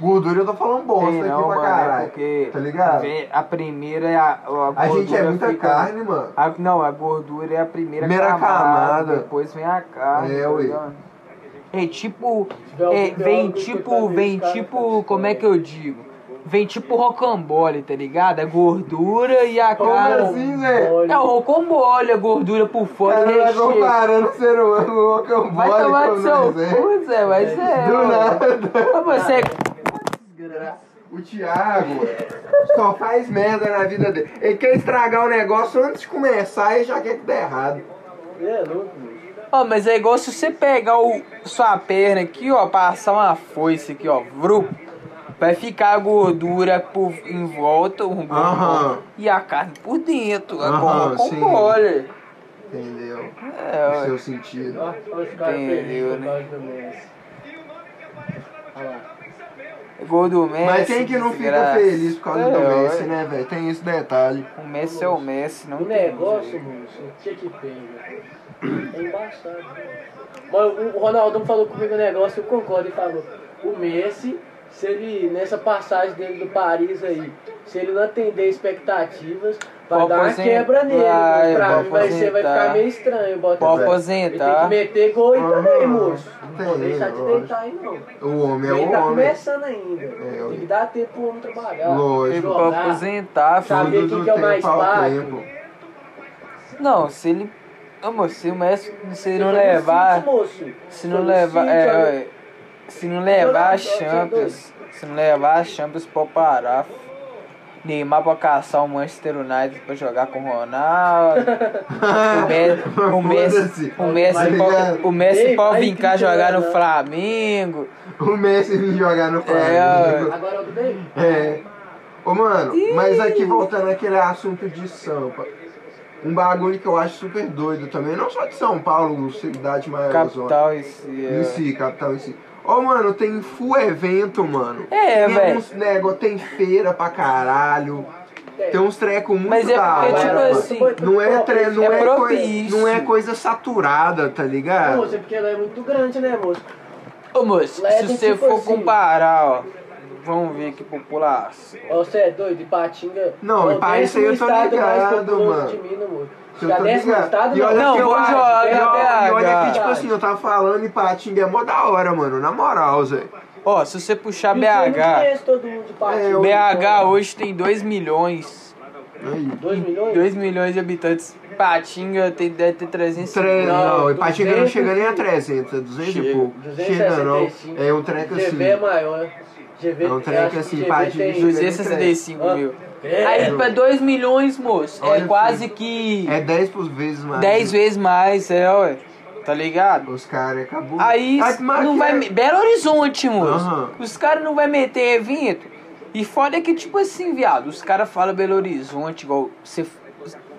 Speaker 1: gordura, eu tô falando bosta
Speaker 3: Tem
Speaker 1: aqui
Speaker 3: não,
Speaker 1: pra
Speaker 3: mano,
Speaker 1: caralho.
Speaker 3: é porque
Speaker 1: tá ligado?
Speaker 3: vê, a primeira é a, a
Speaker 1: A gente é
Speaker 3: gordura
Speaker 1: muita
Speaker 3: fica-
Speaker 1: carne, mano.
Speaker 3: a- não, a gordura é a primeira,
Speaker 1: Primeira camada.
Speaker 3: Depois vem a carne.
Speaker 1: É,
Speaker 3: tá
Speaker 1: ué.
Speaker 3: ligado? É tipo,
Speaker 2: Se tiver algum
Speaker 3: é, vem
Speaker 2: biólogo
Speaker 3: tipo,
Speaker 2: escutando
Speaker 3: vem
Speaker 2: isso, cara,
Speaker 3: tipo,
Speaker 2: tá
Speaker 3: como é que eu digo? Vem tipo rocambole, tá ligado? A gordura e a
Speaker 1: Como
Speaker 3: carne.
Speaker 1: assim, Zé?
Speaker 2: Olha,
Speaker 3: É o rocambole, a gordura por fora
Speaker 1: Cara,
Speaker 3: e
Speaker 1: vai
Speaker 3: recheio.
Speaker 1: comparando o ser humano com o rocambole.
Speaker 3: Vai tomar
Speaker 1: como
Speaker 3: do seu
Speaker 1: nós é.
Speaker 3: cu, Zé, mas é.
Speaker 1: Do
Speaker 3: ué.
Speaker 1: nada.
Speaker 3: Mas você é
Speaker 1: O Thiago só faz merda na vida dele. Ele quer estragar o negócio antes de começar e já quer que dê errado.
Speaker 2: ele é louco, mano.
Speaker 3: Ó, mas é igual se você pegar o, sua perna aqui, ó, passar uma foice aqui, ó, vru, vai ficar a gordura por, em volta, um
Speaker 1: Aham.
Speaker 3: e a carne por dentro,
Speaker 1: Aham,
Speaker 3: a com
Speaker 1: sim.
Speaker 3: mole.
Speaker 1: Entendeu? No
Speaker 3: É, ó,
Speaker 1: seu sentido.
Speaker 2: Olha os caras
Speaker 3: Entendeu,
Speaker 2: felizes por
Speaker 3: né?
Speaker 2: causa do Messi. Olha lá.
Speaker 3: É gol do Messi.
Speaker 1: Mas quem que não fica
Speaker 3: desgraça.
Speaker 1: feliz por causa do
Speaker 3: É, ó,
Speaker 1: Messi, né, velho? Tem esse detalhe.
Speaker 3: O Messi é o Messi, não
Speaker 2: O
Speaker 3: tem
Speaker 2: negócio,
Speaker 3: jeito.
Speaker 2: moço, o que que pega? É embaçado. Mas o Ronaldo falou comigo o negócio, eu concordo e falou. O Messi, se ele, nessa passagem dele do Paris aí, se ele não atender expectativas, vai
Speaker 3: Pode
Speaker 2: dar uma
Speaker 3: aposentar,
Speaker 2: quebra nele. Mas pra
Speaker 3: pode
Speaker 2: mim vai, ser, vai ficar
Speaker 3: aposentar.
Speaker 2: meio estranho. Bota
Speaker 3: Pode
Speaker 2: fé. Ele tem que
Speaker 3: aposentar.
Speaker 2: meter gol aí também,
Speaker 1: Ah,
Speaker 2: moço. Não
Speaker 1: tem,
Speaker 2: pode deixar de
Speaker 1: lógico.
Speaker 2: deitar aí, não.
Speaker 1: O homem é
Speaker 2: Ele
Speaker 1: o
Speaker 2: tá
Speaker 1: homem.
Speaker 2: começando ainda.
Speaker 1: É,
Speaker 2: tem que dar tempo pro homem trabalhar.
Speaker 3: Tem
Speaker 1: Lógico.
Speaker 3: pra
Speaker 2: jogar.
Speaker 3: aposentar, filho.
Speaker 2: Sabe?
Speaker 1: Tudo
Speaker 2: quem
Speaker 1: do
Speaker 2: que é o
Speaker 1: tempo
Speaker 2: mais
Speaker 1: ao
Speaker 2: fraco?
Speaker 1: tempo.
Speaker 3: Não, se ele. Ô, moço, se o Messi se ele
Speaker 2: Ele
Speaker 3: não
Speaker 2: foi no
Speaker 3: levar. é.
Speaker 2: City, moço.
Speaker 3: Se
Speaker 2: Foi
Speaker 3: não
Speaker 2: no
Speaker 3: levar.
Speaker 2: City,
Speaker 3: É,
Speaker 2: olha.
Speaker 3: ué, se não levar a
Speaker 2: Jogador, jogador.
Speaker 3: Champions. Se não levar a Champions pra parar. fi. Neymar pra caçar o Manchester United pra jogar com o Ronaldo. o Messi,
Speaker 1: Foda-se.
Speaker 3: o Messi, o Messi,
Speaker 1: Tá
Speaker 3: pra,
Speaker 1: ligado?
Speaker 3: o Messi
Speaker 2: Ei,
Speaker 3: pra
Speaker 2: vai Tá
Speaker 3: vincar
Speaker 2: Cristiano
Speaker 3: jogar no
Speaker 2: Ronaldo.
Speaker 3: Flamengo.
Speaker 1: O Messi vir jogar no Flamengo.
Speaker 2: Agora eu bem?
Speaker 1: É. Ô, mano, mas aqui voltando àquele assunto de Sampa. Um bagulho que eu acho super doido também, não só de São Paulo, cidade maior zona.
Speaker 3: Capital esse.
Speaker 1: Em si, capital em si. Ô, mano, tem full evento, mano.
Speaker 3: É,
Speaker 1: tem
Speaker 3: véi.
Speaker 1: uns nego, tem feira pra caralho. Tem um uns treco muito
Speaker 3: Mas é
Speaker 1: da
Speaker 3: porque,
Speaker 1: hora,
Speaker 3: tipo
Speaker 1: mano.
Speaker 3: assim,
Speaker 1: Não é, tre... não,
Speaker 3: É
Speaker 1: é coi-
Speaker 3: propício.
Speaker 1: não é coisa saturada, tá ligado?
Speaker 2: Moço, é porque ela é muito grande, né, moço?
Speaker 3: Ô moço, se
Speaker 2: Leve,
Speaker 3: você
Speaker 2: tipo
Speaker 3: for
Speaker 2: assim.
Speaker 3: comparar, ó. Vamos ver que população.
Speaker 2: Ó, Você é doido, Ipatinga.
Speaker 1: Não,
Speaker 2: é o
Speaker 1: Ipa- isso aí eu tô
Speaker 2: décimo estado mais
Speaker 1: ligado,
Speaker 2: populoso
Speaker 1: mano.
Speaker 2: De Minas, moço.
Speaker 1: Eu
Speaker 2: Já
Speaker 1: tô
Speaker 2: décimo
Speaker 1: Então, tá ligado.
Speaker 2: estado,
Speaker 1: E olha
Speaker 3: Não,
Speaker 1: que eu
Speaker 3: vou
Speaker 1: acho,
Speaker 3: jogar,
Speaker 1: e olha- E olha que,
Speaker 3: BH.
Speaker 1: tipo assim, eu tava falando e Patinga é mó da hora, mano. Na moral, Zé.
Speaker 3: Ó, se você puxar
Speaker 2: Isso eu não
Speaker 3: BH.
Speaker 2: conheço todo mundo de Ipatinga.
Speaker 1: É, eu-
Speaker 3: BH hoje tem 2 milhões.
Speaker 1: Aí. é
Speaker 2: 2 milhões?
Speaker 3: 2 milhões de habitantes. Ipatinga tem, deve ter 300
Speaker 1: Tre... Não,
Speaker 2: Não,
Speaker 1: Ipatinga não chega nem a
Speaker 2: 200 e-
Speaker 1: 300, é 200 e
Speaker 3: Chega.
Speaker 1: pouco. Chega não,
Speaker 2: 265.
Speaker 1: é um treco
Speaker 2: GV
Speaker 1: assim.
Speaker 2: é maior. GV
Speaker 1: É um treco
Speaker 2: acho que
Speaker 1: assim,
Speaker 2: GV
Speaker 1: Ipatinga
Speaker 2: tem-
Speaker 1: e Juiz de
Speaker 3: 265
Speaker 2: Ah,
Speaker 3: mil.
Speaker 2: é.
Speaker 3: Aí pra 2 milhões, moço,
Speaker 1: Olha,
Speaker 3: é quase que
Speaker 1: É 10 por vezes mais.
Speaker 3: 10 vezes mais, é, ué. Tá ligado?
Speaker 1: Os caras acabou.
Speaker 3: Aí
Speaker 1: Ah, mas
Speaker 3: não
Speaker 1: que
Speaker 3: vai.
Speaker 1: é-
Speaker 3: me- Belo Horizonte, moço.
Speaker 1: Aham.
Speaker 3: Os caras não vai meter evento. E foda é que, tipo assim, viado, os caras falam Belo Horizonte, igual. Cê,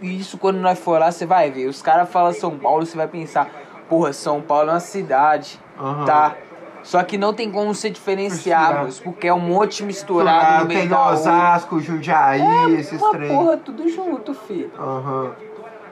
Speaker 3: isso quando nós for lá, você vai ver. Os caras falam São Paulo, você vai pensar, porra, São Paulo é uma cidade.
Speaker 1: Aham.
Speaker 3: Tá? Só que não tem como você diferenciar,
Speaker 1: Misturado.
Speaker 3: moço, porque é um monte misturado
Speaker 1: Claro,
Speaker 3: no meio
Speaker 1: tem
Speaker 3: da rua. É,
Speaker 1: Osasco, Jundiaí, esses
Speaker 3: Uma
Speaker 1: trem.
Speaker 3: porra, tudo junto, filho.
Speaker 1: Aham.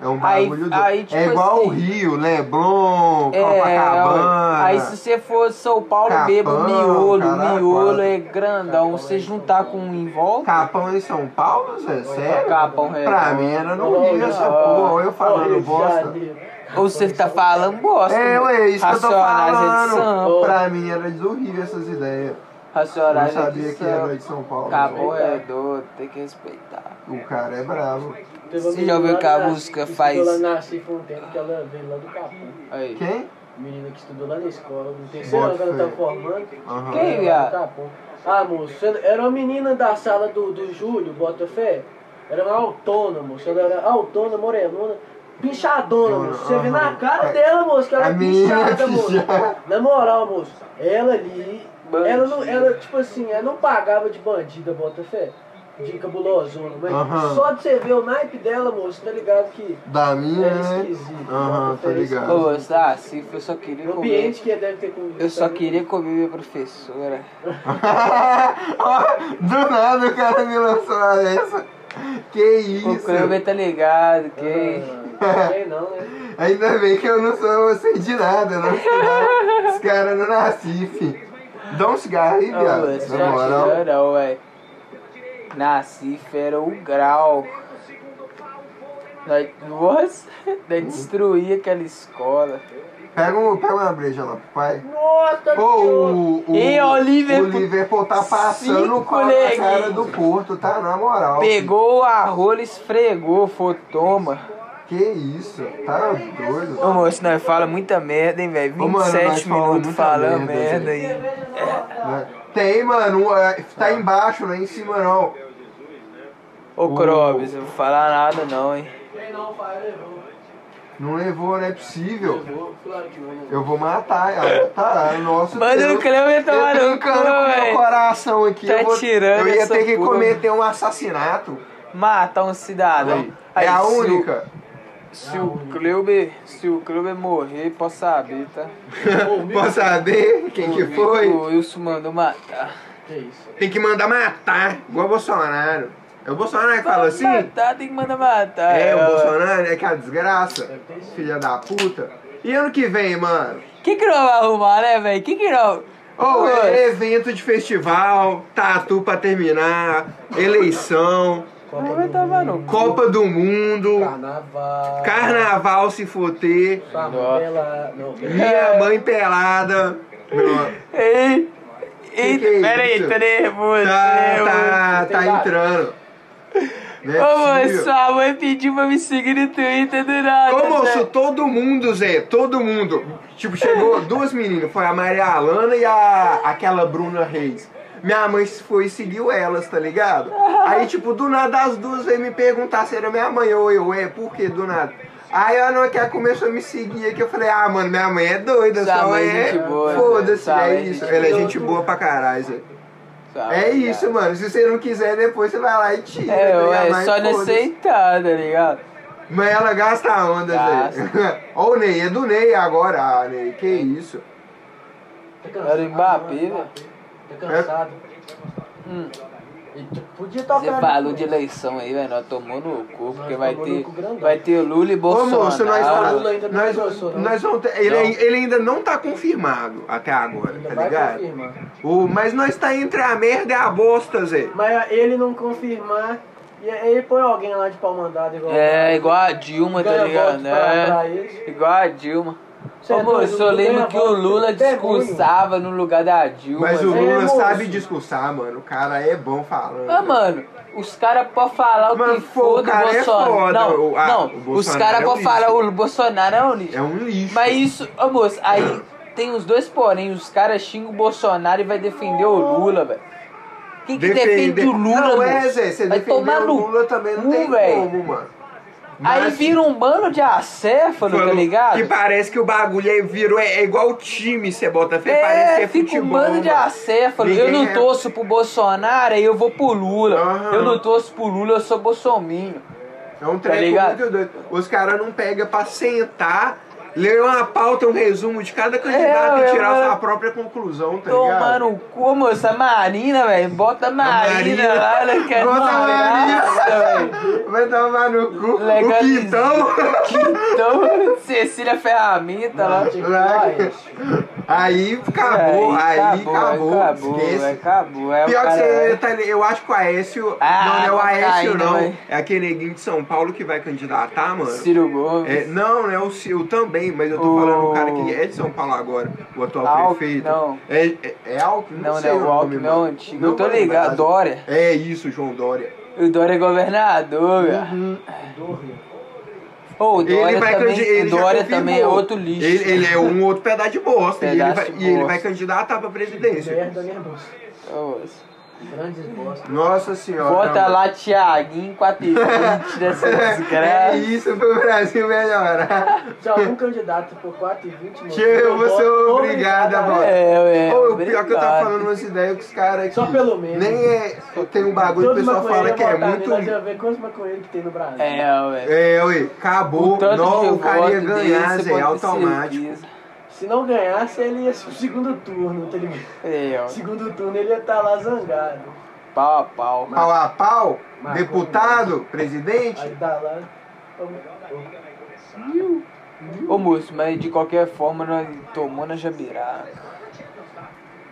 Speaker 1: É um
Speaker 3: Aí-
Speaker 1: bagulho
Speaker 3: aí,
Speaker 1: doido.
Speaker 3: tipo
Speaker 1: É igual o
Speaker 3: assim- é,
Speaker 1: Rio, Leblon, Tipo, Copacabana.
Speaker 3: aí se você for São Paulo
Speaker 1: Capão,
Speaker 3: mesmo, miolo,
Speaker 1: caraca,
Speaker 3: miolo é
Speaker 1: quase.
Speaker 3: grandão. Você juntar com um em volta,
Speaker 1: Capão em São Paulo, Zé? Sério?
Speaker 3: Capão é.
Speaker 1: Pra mim era no Rio
Speaker 2: Olha,
Speaker 1: essa porra, ou eu
Speaker 2: Rio
Speaker 1: falando
Speaker 2: de
Speaker 1: bosta.
Speaker 2: Janeiro.
Speaker 3: ou você tá falando bosta.
Speaker 1: É,
Speaker 3: né?
Speaker 1: ué, isso que eu tô
Speaker 3: Racionais é de
Speaker 1: falando.
Speaker 3: Sampa,
Speaker 1: Pra mim era do Rio essas ideias. Não
Speaker 3: racionais é de
Speaker 1: sabia que era
Speaker 3: Sampa.
Speaker 1: de São Paulo.
Speaker 3: Capão é doido, tem que respeitar.
Speaker 1: O cara é bravo.
Speaker 2: Teve uma
Speaker 3: Você já ouviu
Speaker 2: menina
Speaker 3: que a
Speaker 2: lá na-
Speaker 3: música
Speaker 2: que
Speaker 3: faz-
Speaker 2: estudou lá na Cifra um tempo que ela veio lá do Capão.
Speaker 3: Aí.
Speaker 1: Quem?
Speaker 2: Menina que estudou lá na escola, no terceiro
Speaker 1: Bota
Speaker 2: ano que ela tá
Speaker 1: fé.
Speaker 2: formando.
Speaker 1: Aham.
Speaker 3: Quem?
Speaker 2: Ela
Speaker 3: viado?
Speaker 2: tá bom. Ah, moço, você- era uma menina da sala do, do Júlio, Botafé. Era uma autônoma, moço. Ela era autônoma, morenona, pinchadona,
Speaker 1: Dona,
Speaker 2: moço. Você vê na
Speaker 1: aham.
Speaker 2: cara
Speaker 1: É.
Speaker 2: dela, moço, que ela
Speaker 1: A
Speaker 2: é
Speaker 1: menina
Speaker 2: pinchada,
Speaker 1: que
Speaker 2: moço.
Speaker 1: já-
Speaker 2: Na moral, moço, ela ali.
Speaker 3: Bandida.
Speaker 2: Ela não, ela, tipo assim, ela não pagava de bandida, Botafé. De cabulosona, mas
Speaker 1: Aham.
Speaker 2: só de você ver o naipe dela, moço, tá ligado que.
Speaker 1: Da minha,
Speaker 2: É
Speaker 1: né?
Speaker 2: esquisito.
Speaker 1: Aham, tô
Speaker 2: É
Speaker 1: ligado.
Speaker 2: esquisito.
Speaker 3: Ô, Sassi, eu só queria
Speaker 2: O
Speaker 3: comer.
Speaker 2: ambiente que deve ter comigo.
Speaker 3: Eu só queria comer minha professora.
Speaker 1: Do nada o cara me lançou essa. Que
Speaker 3: O
Speaker 1: isso?
Speaker 3: Kleber tá ligado, que.
Speaker 2: Ah, sei não, né?
Speaker 1: Ainda bem que eu não sou sei de nada, eu não estudava. Os caras não nasci, fi. Dá um cigarro aí,
Speaker 3: Ô,
Speaker 1: viado.
Speaker 3: só
Speaker 1: Na moral.
Speaker 3: chorão, ué. Nasci, fera o um grau. Nós, nossa, nós destruí aquela escola.
Speaker 1: Pega, um, pega uma breja lá pro pai.
Speaker 2: Nossa,
Speaker 1: Pô,
Speaker 2: Deus.
Speaker 1: o, o,
Speaker 3: E o Liverpool-
Speaker 1: o Liverpool tá passando
Speaker 3: Cinco
Speaker 1: o pau na cara
Speaker 3: neguinhos.
Speaker 1: do Porto, tá? Na moral. fi.
Speaker 3: Pegou a rola, esfregou, foi toma.
Speaker 1: Que isso? Tá doido?
Speaker 3: Ô moço, nós fala muita merda, hein, velho.
Speaker 1: Ô, mano, nós
Speaker 3: 27
Speaker 1: fala
Speaker 3: minutos
Speaker 1: muita
Speaker 3: falando
Speaker 1: merda,
Speaker 3: merda, aí.
Speaker 1: Né? Tem, mano. é, Tá embaixo, não é em cima, não.
Speaker 3: Ô Crobes, eu não vou falar nada não, hein.
Speaker 2: Quem não faz, levou.
Speaker 1: Não levou, não é possível.
Speaker 2: Levou, claro que não.
Speaker 1: Eu vou matar ela. Tá, nossa.
Speaker 3: Mano,
Speaker 1: eu-
Speaker 3: o Cleber tá
Speaker 1: eu tô
Speaker 3: maluco,
Speaker 1: brincando com
Speaker 3: velho.
Speaker 1: meu coração aqui.
Speaker 3: Tá
Speaker 1: eu vou-
Speaker 3: tirando
Speaker 1: Eu ia
Speaker 3: essa
Speaker 1: ter que
Speaker 3: porra.
Speaker 1: cometer um assassinato.
Speaker 3: Matar um cidadão. Aí,
Speaker 1: é a
Speaker 3: se o-
Speaker 1: única.
Speaker 3: Se o Clube, se o Clube morrer, posso saber, tá?
Speaker 1: Posso saber quem que
Speaker 3: O
Speaker 1: foi?
Speaker 3: Wilson mandou matar.
Speaker 2: Que isso?
Speaker 1: Tem que mandar matar, igual o Bolsonaro. É o Bolsonaro que fala assim?
Speaker 3: Matar, tem que mandar matar.
Speaker 1: É, o
Speaker 3: ó.
Speaker 1: Bolsonaro é que é a desgraça. Filha da puta. E ano que vem, mano?
Speaker 3: Que que nós vamos arrumar, né, velho? Que que nós...
Speaker 1: Ou
Speaker 3: Ô,
Speaker 1: é evento de festival, tatu pra terminar, eleição,
Speaker 3: Não vai tomar no cu.
Speaker 1: Copa do Mundo,
Speaker 2: Carnaval.
Speaker 1: Carnaval se foder,
Speaker 2: Sua mãe pela- Não,
Speaker 3: É.
Speaker 1: minha mãe pelada. Não,
Speaker 3: Ei,
Speaker 1: Que
Speaker 3: ei,
Speaker 1: que é
Speaker 3: pera aí,
Speaker 1: isso?
Speaker 3: tô nervoso,
Speaker 1: Tá,
Speaker 3: tô nervoso.
Speaker 1: tá, tá entrando. Não é
Speaker 3: Ô, moço,
Speaker 1: possível.
Speaker 3: sua mãe pediu pra me seguir no Twitter do nada. tá
Speaker 1: Ô
Speaker 3: Zé.
Speaker 1: moço, todo mundo, Zé, todo mundo. Tipo, chegou duas meninas, foi a Maria Alana e a aquela Bruna Reis. Minha mãe foi e seguiu elas, tá ligado? Aí, tipo, do nada as duas veio me perguntar se era minha mãe ou eu, é, por que do nada? Aí a hora que ela começou a me seguir aqui, eu falei, ah, mano, minha mãe é doida,
Speaker 3: Sua
Speaker 1: sua mãe
Speaker 3: mãe é
Speaker 1: é.
Speaker 3: gente boa, Zé.
Speaker 1: Foda-se,
Speaker 3: Sua mãe é
Speaker 1: é
Speaker 3: gente
Speaker 1: isso. Ela é
Speaker 2: boa.
Speaker 1: gente boa pra caralho, Zé.
Speaker 3: Sua
Speaker 1: É
Speaker 3: mãe,
Speaker 1: isso,
Speaker 3: cara.
Speaker 1: mano. Se você não quiser, depois você vai lá e tira.
Speaker 3: É,
Speaker 1: tá ligado?
Speaker 3: ué,
Speaker 1: Mas
Speaker 3: só não
Speaker 1: foda-se.
Speaker 3: aceitar, tá ligado?
Speaker 1: Mas ela gasta a onda,
Speaker 3: Gasta.
Speaker 1: Zé. Ó o Ney, é do Ney agora. Ah, Ney, que isso.
Speaker 3: Era o Mbappé, velho.
Speaker 2: Tá cansado.
Speaker 3: Hum.
Speaker 2: E tu podia tocar.
Speaker 3: Você falou de eleição aí, velho, nós tomou no cu, porque
Speaker 2: Nós
Speaker 3: vai
Speaker 2: tomou
Speaker 3: ter,
Speaker 2: no cu grandão.
Speaker 3: vai ter Lula e
Speaker 1: Ô,
Speaker 3: Bolsonaro.
Speaker 1: moço, nós,
Speaker 2: Ah,
Speaker 1: nós,
Speaker 2: Lula ainda não
Speaker 1: nós,
Speaker 2: negociou, não.
Speaker 1: vamos ter- ele,
Speaker 3: Não.
Speaker 1: ele ainda não tá confirmado até agora,
Speaker 2: Ainda
Speaker 1: tá
Speaker 2: vai
Speaker 1: ligado?
Speaker 2: confirmar.
Speaker 1: O, mas nós tá entre a merda e a bosta, Zé.
Speaker 2: Mas ele não confirmar, e aí ele põe alguém lá de pau mandado igual.
Speaker 3: É, igual a Dilma, tá
Speaker 2: Ganha
Speaker 3: ligado?
Speaker 2: voto pra-
Speaker 3: É.
Speaker 2: pra eles.
Speaker 3: Igual a Dilma.
Speaker 2: Você é
Speaker 3: Ô, moço,
Speaker 2: doido,
Speaker 3: eu só
Speaker 2: não ganha
Speaker 3: lembro que o
Speaker 2: voto,
Speaker 3: Lula
Speaker 2: você é ruim.
Speaker 3: discursava no lugar da Dilma. né?
Speaker 1: Mas o
Speaker 3: velho.
Speaker 2: é,
Speaker 1: Lula
Speaker 2: moço.
Speaker 1: sabe discursar, mano. O cara é bom falando.
Speaker 3: Ah, mano, os caras podem falar o
Speaker 1: Mas,
Speaker 3: que
Speaker 1: pô,
Speaker 3: for
Speaker 1: o
Speaker 3: do
Speaker 1: cara é
Speaker 3: Bolsonaro.
Speaker 1: foda,
Speaker 3: Não,
Speaker 1: o- ah, o
Speaker 3: não, os
Speaker 1: Bolsonaro
Speaker 3: caras
Speaker 1: é um
Speaker 3: podem falar
Speaker 1: lixo.
Speaker 3: o Bolsonaro é um lixo.
Speaker 1: É um lixo.
Speaker 3: Mas isso, ô moço, aí tem os dois porém, os caras xingam o Bolsonaro e vai defender o Lula, velho. Quem que defende o Lula,
Speaker 1: Não, é,
Speaker 3: moço?
Speaker 1: Zé. Você
Speaker 3: vai
Speaker 1: defender
Speaker 3: tomar
Speaker 1: o
Speaker 3: no
Speaker 1: Lula também não
Speaker 3: cu,
Speaker 1: tem
Speaker 3: velho.
Speaker 1: como, mano.
Speaker 3: Aí
Speaker 1: Mas-
Speaker 3: vira um bando de acéfalo, tá
Speaker 1: Falou
Speaker 3: ligado?
Speaker 1: Que parece que o bagulho aí virou. É, é igual time, você bota fé. parece que
Speaker 3: É,
Speaker 1: é
Speaker 3: fica um
Speaker 1: futebol.
Speaker 3: bando de
Speaker 1: mano.
Speaker 3: acéfalo. Eu
Speaker 1: Ninguém
Speaker 3: não
Speaker 1: é-
Speaker 3: torço pro Bolsonaro, aí eu vou pro Lula.
Speaker 1: Aham.
Speaker 3: Eu não torço pro Lula, eu sou bolsominho.
Speaker 1: É um treco
Speaker 3: Tá ligado?
Speaker 1: muito doido. Os caras não pegam pra sentar, ler uma pauta, um resumo de cada candidato
Speaker 3: É, eu-
Speaker 1: e tirar
Speaker 3: eu-
Speaker 1: sua própria conclusão, tá
Speaker 3: Tomar
Speaker 1: ligado?
Speaker 3: no cu, moço, a Marina, velho. Bota a Marina,
Speaker 1: Marina.
Speaker 3: lá, né, cara?
Speaker 1: Bota a Marina.
Speaker 3: Marina.
Speaker 1: Vai tomar no cu.
Speaker 3: Legaliz-
Speaker 1: O quintão.
Speaker 3: Então, Cecília Ferramenta lá. tipo,
Speaker 2: Tinha que falar
Speaker 1: Moleque.
Speaker 2: isso.
Speaker 1: Aí acabou, aí, acabou.
Speaker 3: acabou, acabou,
Speaker 1: esquece.
Speaker 3: acabou. Aí É o
Speaker 1: Pior que
Speaker 3: cara-
Speaker 1: você tá, eu acho que o Aécio.
Speaker 3: Ah,
Speaker 1: não, não é o
Speaker 3: não tá
Speaker 1: Aécio,
Speaker 3: ainda,
Speaker 1: não.
Speaker 3: vai.
Speaker 1: É aquele neguinho de São Paulo que vai candidatar, mano.
Speaker 3: Ciro Gomes.
Speaker 1: É, não, é o Ciro também, mas eu tô
Speaker 3: O-
Speaker 1: falando o cara que é de São Paulo agora, o atual
Speaker 3: Alckmin,
Speaker 1: prefeito.
Speaker 3: não.
Speaker 1: É, é, é Alckmin?
Speaker 3: Não,
Speaker 1: sei
Speaker 3: não, o
Speaker 1: nome,
Speaker 3: Alckmin é o
Speaker 1: mano.
Speaker 3: antigo. Eu
Speaker 1: Não
Speaker 3: tô
Speaker 1: vou lembrar.
Speaker 3: ligado, Dória.
Speaker 1: É isso, João Dória.
Speaker 3: O Dória é governador, velho. Ô, o Dória
Speaker 1: Uhum. vai candi-
Speaker 3: também, o
Speaker 1: já
Speaker 3: Dória
Speaker 1: confirmou.
Speaker 3: também é outro lixo.
Speaker 1: Ele, ele é um outro pedaço de bosta. e, ele
Speaker 3: Pedaço
Speaker 1: vai,
Speaker 3: de
Speaker 1: e ele
Speaker 3: bosta. É.
Speaker 1: vai candidatar pra presidência.
Speaker 2: Merda, né, moço?
Speaker 3: Ô,
Speaker 2: Grandes bosta.
Speaker 1: Nossa senhora.
Speaker 3: Bota
Speaker 1: mano.
Speaker 3: lá Thiaguinho 420 dessa
Speaker 1: É
Speaker 3: desgraça.
Speaker 1: isso pro Brasil melhorar.
Speaker 2: Se algum candidato por 4,20, moço.
Speaker 1: Tio, eu vou ser
Speaker 2: voto,
Speaker 1: obrigado a votar.
Speaker 3: É, é.
Speaker 1: Ô, o pior que eu tava
Speaker 3: obrigado.
Speaker 1: falando umas ideias que os caras aqui.
Speaker 2: Só pelo menos.
Speaker 1: Nem é. Tem um bagulho que o
Speaker 2: Todo
Speaker 1: pessoal fala
Speaker 2: maconheiro
Speaker 1: que é
Speaker 2: votar
Speaker 1: muito.
Speaker 3: né,
Speaker 2: nele, nós ia ver quantos maconheiros que tem no Brasil.
Speaker 3: É, velho.
Speaker 1: É, ué, acabou.
Speaker 3: O tanto
Speaker 1: não,
Speaker 3: de
Speaker 1: o cara ia
Speaker 3: voto dele,
Speaker 1: ganhar,
Speaker 3: você
Speaker 1: Zé,
Speaker 3: pode ter
Speaker 1: automático.
Speaker 3: certeza.
Speaker 2: Se não ganhasse, ele ia pro segundo turno, tá ligado?
Speaker 3: É, ó.
Speaker 2: Segundo turno ele ia estar lá zangado.
Speaker 3: Pau a pau.
Speaker 1: Pau a pau,
Speaker 2: Mas-
Speaker 1: deputado, presidente.
Speaker 2: Aí dá lá. ô,
Speaker 3: Ô, moço, mas de qualquer forma, nós tomou na jabirá.
Speaker 2: ô.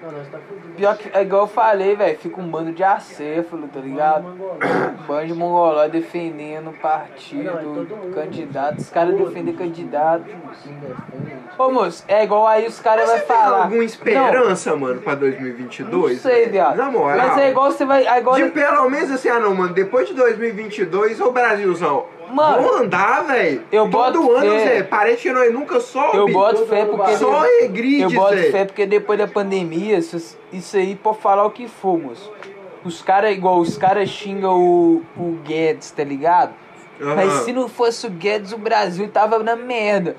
Speaker 2: Não, nós tá fudido.
Speaker 3: Pior que, é igual eu falei, velho, fica um bando de acéfalo, tá ligado? Um bando de mongoló defendendo o
Speaker 2: Não, é todo
Speaker 3: partido,
Speaker 2: mundo.
Speaker 3: candidato. Os caras
Speaker 2: Todo
Speaker 3: defendem
Speaker 2: mundo.
Speaker 3: candidato.
Speaker 2: Sim, né? defende.
Speaker 3: Ô, moço, é igual aí os caras vão
Speaker 1: Você tem
Speaker 3: falar.
Speaker 1: alguma
Speaker 3: Não,
Speaker 1: esperança, mano, pra 2022?
Speaker 3: Não sei, viado.
Speaker 1: Na moral.
Speaker 3: Mas é igual você vai. Agora,
Speaker 1: De pelo menos assim, ah não, mano, depois de 2022, ô Brasilzão,
Speaker 3: Mano,
Speaker 1: vamos andar, velho.
Speaker 3: eu
Speaker 1: Todo
Speaker 3: boto
Speaker 1: ano,
Speaker 3: fé.
Speaker 1: Zé, parece que nós nunca sobe.
Speaker 3: eu boto fé
Speaker 2: mundo
Speaker 3: porque.
Speaker 1: Só regride,
Speaker 3: eu boto
Speaker 1: Zé.
Speaker 3: fé porque depois da pandemia, isso, isso aí pode falar o que for, moço. Os caras, igual, os caras xingam o, o Guedes, tá ligado?
Speaker 1: Aham.
Speaker 3: Mas se não fosse o Guedes, o Brasil tava na merda.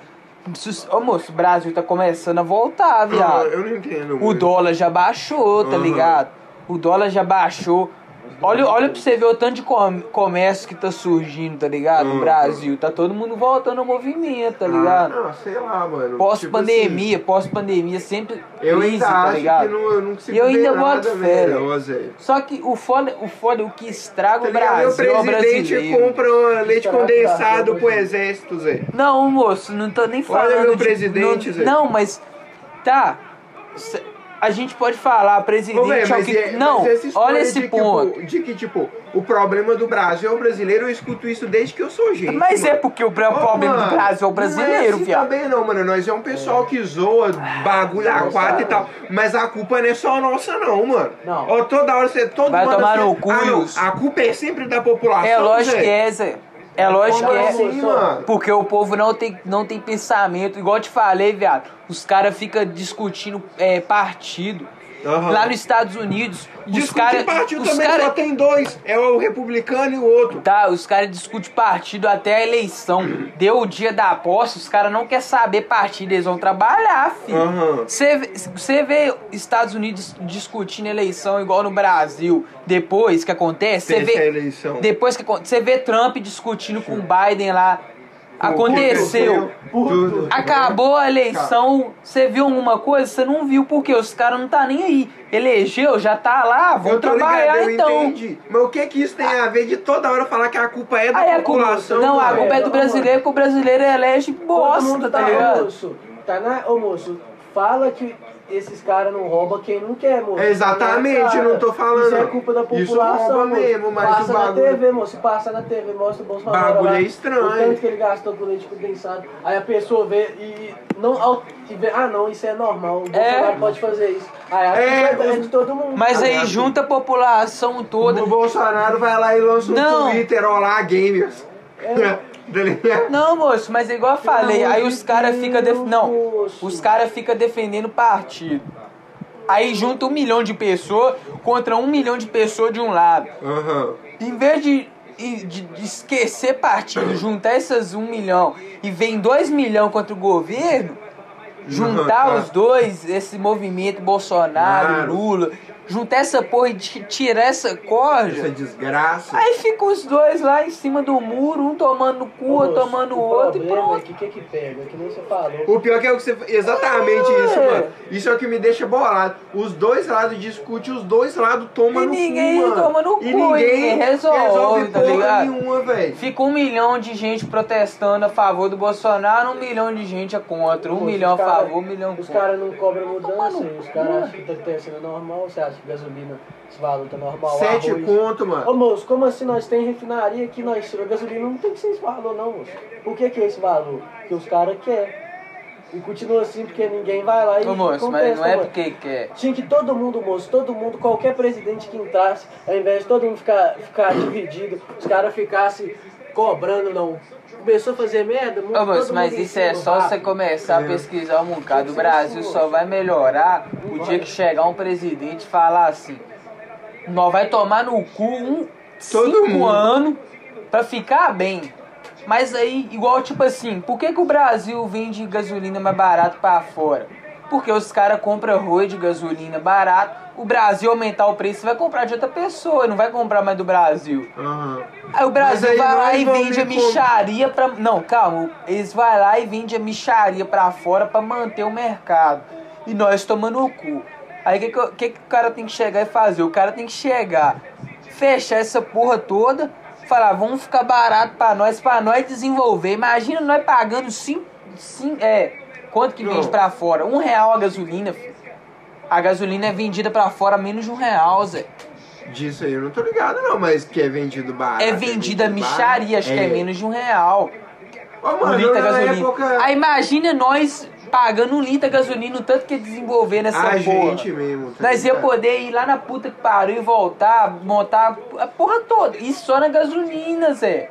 Speaker 3: Sus- Ô, moço, o Brasil tá começando a voltar,
Speaker 1: Ah,
Speaker 3: viado.
Speaker 1: Eu não entendo,
Speaker 3: O
Speaker 1: mano.
Speaker 3: dólar já baixou, tá
Speaker 1: Aham.
Speaker 3: ligado? O dólar já baixou.
Speaker 1: Uhum.
Speaker 3: Olha, olha pra você ver o tanto de com- comércio que tá surgindo, tá ligado? No
Speaker 1: Aham.
Speaker 3: Brasil. Tá todo mundo voltando ao movimento, tá ligado?
Speaker 1: Uhum. Ah, sei lá, mano. Tipo assim,
Speaker 3: Pós-pandemia, pós-pandemia, sempre
Speaker 1: eu
Speaker 3: crise,
Speaker 1: ainda
Speaker 3: tá
Speaker 1: acho
Speaker 3: ligado?
Speaker 1: que não, eu não consigo
Speaker 3: E eu
Speaker 1: ver
Speaker 3: ainda
Speaker 1: nada
Speaker 3: boto fé,
Speaker 1: melhor, Zé.
Speaker 3: Só que o foda, o foda, o que estraga
Speaker 1: Tá
Speaker 3: o
Speaker 1: ligado? Meu
Speaker 3: Brasil é o
Speaker 1: presidente
Speaker 3: brasileiro.
Speaker 1: compra um leite
Speaker 2: Caraca,
Speaker 1: condensado
Speaker 2: Brasil.
Speaker 1: pro exército, Zé.
Speaker 3: Não, moço, não tô nem falando.
Speaker 1: meu
Speaker 3: de-
Speaker 1: presidente,
Speaker 3: não-
Speaker 1: Zé.
Speaker 3: Não, mas. Tá. se- A gente pode falar, presidente.
Speaker 1: Ô, velho,
Speaker 3: é o
Speaker 1: mas
Speaker 3: que-
Speaker 1: é-
Speaker 3: não,
Speaker 1: mas essa história
Speaker 3: olha esse
Speaker 1: de que,
Speaker 3: ponto.
Speaker 1: pô, de que, tipo, o problema do Brasil é o brasileiro, eu escuto isso desde que eu sou gente.
Speaker 3: Mas é
Speaker 1: mano.
Speaker 3: porque o bra-
Speaker 1: Ô,
Speaker 3: problema
Speaker 1: mano,
Speaker 3: do Brasil é
Speaker 1: Não
Speaker 3: o
Speaker 1: é
Speaker 3: brasileiro,
Speaker 1: assim
Speaker 3: viado. Ah,
Speaker 1: também não, mano. Nós é um pessoal que zoa bagulho a quatro e tal. Mas a culpa não é só nossa, não, mano.
Speaker 2: Não.
Speaker 1: Ó, toda hora você... Todo
Speaker 3: Vai
Speaker 1: mundo
Speaker 3: tomar
Speaker 1: você-
Speaker 3: no cu,
Speaker 1: Ah, não,
Speaker 3: Wilson.
Speaker 1: A culpa é sempre da população,
Speaker 3: É lógico
Speaker 1: Zé.
Speaker 3: que é, Zé. É lógico
Speaker 1: Como
Speaker 3: que é.
Speaker 1: assim, mano?
Speaker 3: Porque o povo não tem, não tem pensamento. Igual eu te falei, viado. Os caras ficam discutindo é, partido.
Speaker 1: Aham.
Speaker 3: Lá nos Estados Unidos, os
Speaker 1: Discutir
Speaker 3: caras.
Speaker 1: partido
Speaker 3: Os
Speaker 1: também só
Speaker 3: caras.
Speaker 1: tem dois. É o republicano e o outro.
Speaker 3: Tá, os caras discutem partido até a eleição. Deu o dia da aposta, os caras não querem saber partido, eles vão trabalhar, filho.
Speaker 1: Aham.
Speaker 3: Você vê- Você vê Estados Unidos discutindo eleição igual no Brasil, depois que acontece, você
Speaker 1: Tem essa é
Speaker 3: vê.
Speaker 1: eleição.
Speaker 3: Depois que acontece, você vê Trump discutindo com Biden lá. Aconteceu. Ah,
Speaker 1: Tudo.
Speaker 3: Acabou a eleição, você viu alguma coisa? Você não viu, porque os caras não tá nem aí. Elegeu, já tá lá, vão
Speaker 1: Eu tô
Speaker 3: trabalhar
Speaker 1: ligado, eu
Speaker 3: então.
Speaker 1: entendi. Mas o que que isso tem a ver de toda hora falar que a culpa é da
Speaker 3: Aí a culpa,
Speaker 1: população? tá
Speaker 3: não, a
Speaker 1: mano?
Speaker 3: culpa é do brasileiro, que o brasileiro elege
Speaker 2: Todo
Speaker 3: bosta,
Speaker 2: mundo
Speaker 3: tá
Speaker 2: tá, ô
Speaker 3: ligado?
Speaker 2: moço. Tá na. Ô moço, fala que esses caras não roubam quem não quer, moço.
Speaker 1: É, Exatamente,
Speaker 2: Cara,
Speaker 1: não tô falando.
Speaker 2: Isso é culpa da
Speaker 1: Isso
Speaker 2: população,
Speaker 1: rouba
Speaker 2: moço.
Speaker 1: mesmo, mas
Speaker 2: Passa
Speaker 1: o bagulho-
Speaker 2: na TV, moço. Se passa na TV, mostra o Bolsonaro
Speaker 1: Bagulho
Speaker 2: lá,
Speaker 1: é estranho.
Speaker 2: O tanto que ele gastou com leite condensado. Aí a pessoa vê e não... ao- e vê, ah, não, isso é normal. O
Speaker 3: É.
Speaker 2: Bolsonaro pode fazer isso. Aí acha
Speaker 1: É,
Speaker 2: que é,
Speaker 1: os-
Speaker 2: de todo mundo.
Speaker 3: Mas aí
Speaker 1: Aliás,
Speaker 3: junta a população toda.
Speaker 1: Tá O Bolsonaro vai lá e lança um
Speaker 3: Não. É,
Speaker 1: Twitter, olá, gamers. Tá ligado?
Speaker 3: Não, moço, mas é igual eu falei,
Speaker 2: amor
Speaker 3: aí
Speaker 2: de
Speaker 3: os caras ficam def...
Speaker 2: Deus,
Speaker 3: não,
Speaker 2: moço.
Speaker 3: os caras fica defendendo o partido. Aí junta um milhão de pessoas contra um milhão de pessoas de um lado.
Speaker 1: Aham.
Speaker 3: Em vez de, e- de- de esquecer partido, juntar essas um milhão e vem dois milhão contra o governo, juntar
Speaker 1: Uhum, tá.
Speaker 3: os dois, esse movimento Bolsonaro,
Speaker 1: Claro.
Speaker 3: Lula, juntar essa porra e ti- tirar essa
Speaker 1: Essa
Speaker 3: corda.
Speaker 1: desgraça.
Speaker 3: Aí ficam os dois lá em cima do muro, um tomando no cu, outro
Speaker 2: Moço,
Speaker 3: tomando o outro e
Speaker 2: problema
Speaker 3: pronto.
Speaker 2: é que o que que pega? Que nem você falou.
Speaker 1: O pior que é o que você. Exatamente
Speaker 3: É.
Speaker 1: isso, mano. Isso é o que me deixa bolado. Os dois lados discutem, os dois lados tomam
Speaker 3: E
Speaker 1: no
Speaker 3: ninguém
Speaker 1: cu. mano.
Speaker 3: toma no
Speaker 1: e
Speaker 3: cu,
Speaker 1: ninguém
Speaker 3: ninguém resolve, tá
Speaker 1: porra
Speaker 3: ligado?
Speaker 1: nenhuma, velho.
Speaker 3: Fica um milhão de gente protestando a favor do Bolsonaro, um milhão de gente é contra, um
Speaker 2: Os
Speaker 3: milhão a
Speaker 2: cara-
Speaker 3: favor, um milhão
Speaker 2: Os
Speaker 3: contra. Tá né?
Speaker 2: caras não cobram mudança,
Speaker 3: Tomar no
Speaker 2: os
Speaker 3: cu,
Speaker 2: caras
Speaker 3: ué.
Speaker 2: acham que tá sendo normal, você acha que gasolina, esse valor tá normal,
Speaker 1: Sete
Speaker 2: arroz...
Speaker 1: conto,
Speaker 2: Ô
Speaker 1: mano.
Speaker 2: moço, como assim nós tem refinaria aqui, nós, a gasolina não tem que ser esse valor não, moço. Por que que é esse valor? Porque os caras querem. E continua assim porque ninguém vai lá e
Speaker 3: Ô moço, mas
Speaker 2: contesta,
Speaker 3: não é
Speaker 2: mano.
Speaker 3: porque quer.
Speaker 2: Tinha que todo mundo, moço, todo mundo, qualquer presidente que entrasse, ao invés de todo mundo ficar, ficar dividido, os caras ficassem cobrando, não. Começou a fazer merda,
Speaker 3: Ô
Speaker 2: todo
Speaker 3: moço,
Speaker 2: mundo
Speaker 3: mas
Speaker 2: em
Speaker 3: isso é
Speaker 2: cima,
Speaker 3: só
Speaker 2: rápido.
Speaker 3: você começar a
Speaker 1: É.
Speaker 3: pesquisar um bocado. O
Speaker 2: Isso é
Speaker 3: Brasil
Speaker 2: isso,
Speaker 3: só
Speaker 2: moço.
Speaker 3: vai melhorar o dia que chegar um presidente e falar assim: nós vai tomar no cu um
Speaker 1: Todo
Speaker 3: cinco
Speaker 1: mundo.
Speaker 3: ano pra ficar bem. Mas aí, igual tipo assim, por que, que o Brasil vende gasolina mais barato pra fora? Porque os caras compram arroz de gasolina barato, o Brasil aumentar o preço vai comprar de outra pessoa, não vai comprar mais do Brasil.
Speaker 1: Aham.
Speaker 3: Aí o Brasil
Speaker 1: Mas aí
Speaker 3: vai lá
Speaker 1: nós
Speaker 3: e
Speaker 1: vamos
Speaker 3: vende a
Speaker 1: me
Speaker 3: micharia pra. Não, calma. Eles vai lá e vende a micharia pra fora pra manter o mercado. E nós tomando o cu. Aí o que, que, eu- que que o cara tem que chegar e fazer? O cara tem que chegar, fechar essa porra toda, falar, vamos ficar barato pra nós, pra nós desenvolver. Imagina nós pagando cinco. cinco é, quanto que vende
Speaker 1: Não.
Speaker 3: pra fora? Um real a gasolina, filho. A gasolina é vendida pra fora a menos de um real, Zé.
Speaker 1: Disso aí eu não tô ligado, não, mas que é vendido barato.
Speaker 3: É vendida
Speaker 1: vendido
Speaker 3: micharia, acho que é
Speaker 1: barato.
Speaker 3: menos de um real.
Speaker 1: Ô,
Speaker 3: Um
Speaker 1: mano,
Speaker 3: litro da
Speaker 1: na
Speaker 3: gasolina.
Speaker 1: época.
Speaker 3: Aí Ah, imagina nós pagando um litro da gasolina, o tanto que ia desenvolver nessa
Speaker 1: a
Speaker 3: porra.
Speaker 1: gente mesmo. tá
Speaker 3: Nós ia
Speaker 1: ligado?
Speaker 3: poder ir lá na puta que pariu e voltar, montar a porra toda. E só na gasolina, Zé.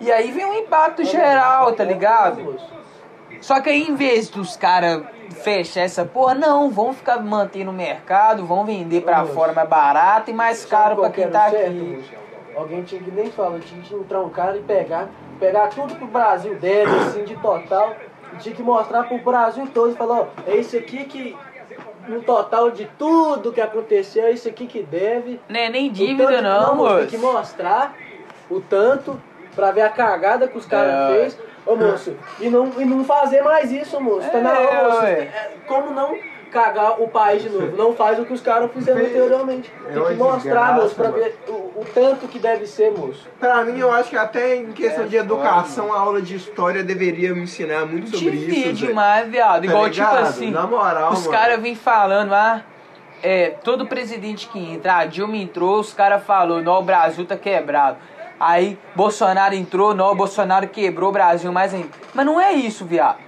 Speaker 3: E aí vem um impacto geral, tá ligado? Só que aí em vez dos caras fechar essa porra, não, vão ficar mantendo o mercado, vão vender pra
Speaker 2: Nossa.
Speaker 3: fora mais barato e mais
Speaker 2: Sabe
Speaker 3: caro
Speaker 2: qual
Speaker 3: pra
Speaker 2: que
Speaker 3: quem
Speaker 2: era
Speaker 3: tá
Speaker 2: o certo,
Speaker 3: aqui.
Speaker 2: moço? Alguém tinha que nem falar, tinha que entrar um cara e pegar, pegar tudo que o Brasil deve, assim, de total, e tinha que mostrar pro Brasil todo e falar, ó, é isso aqui que, no total de tudo que aconteceu, é isso aqui que deve.
Speaker 3: Não é nem
Speaker 2: O
Speaker 3: dívida,
Speaker 2: tanto-
Speaker 3: não,
Speaker 2: moço, Tem que
Speaker 3: moço.
Speaker 2: mostrar o tanto pra ver a cagada que os caras
Speaker 3: É,
Speaker 2: fez. Ô, moço, e não, e não fazer mais isso, moço. Tá na hora,
Speaker 3: É,
Speaker 2: moço.
Speaker 3: ué.
Speaker 2: É, Como não cagar o país de novo? Não faz o que os caras fizeram
Speaker 1: Fez.
Speaker 2: anteriormente.
Speaker 1: É
Speaker 2: Tem
Speaker 1: uma
Speaker 2: que mostrar,
Speaker 1: desgraça,
Speaker 2: moço, pra
Speaker 1: mano.
Speaker 2: ver o, o tanto que deve ser, moço.
Speaker 1: Pra mim, eu acho que até em questão
Speaker 3: É
Speaker 1: de educação, a aula de história deveria me ensinar muito sobre
Speaker 3: Devia
Speaker 1: isso. velho.
Speaker 3: demais, viado.
Speaker 1: Tá
Speaker 3: Igual tipo
Speaker 1: ligado?
Speaker 3: assim.
Speaker 1: Na moral,
Speaker 3: Os
Speaker 1: mano.
Speaker 3: caras vêm falando, ah, é, todo presidente que entra, a Dilma entrou, os caras falaram, não, o Brasil tá quebrado. Aí Bolsonaro entrou, não, o Bolsonaro quebrou o Brasil mais ainda. Mas não é isso, viado.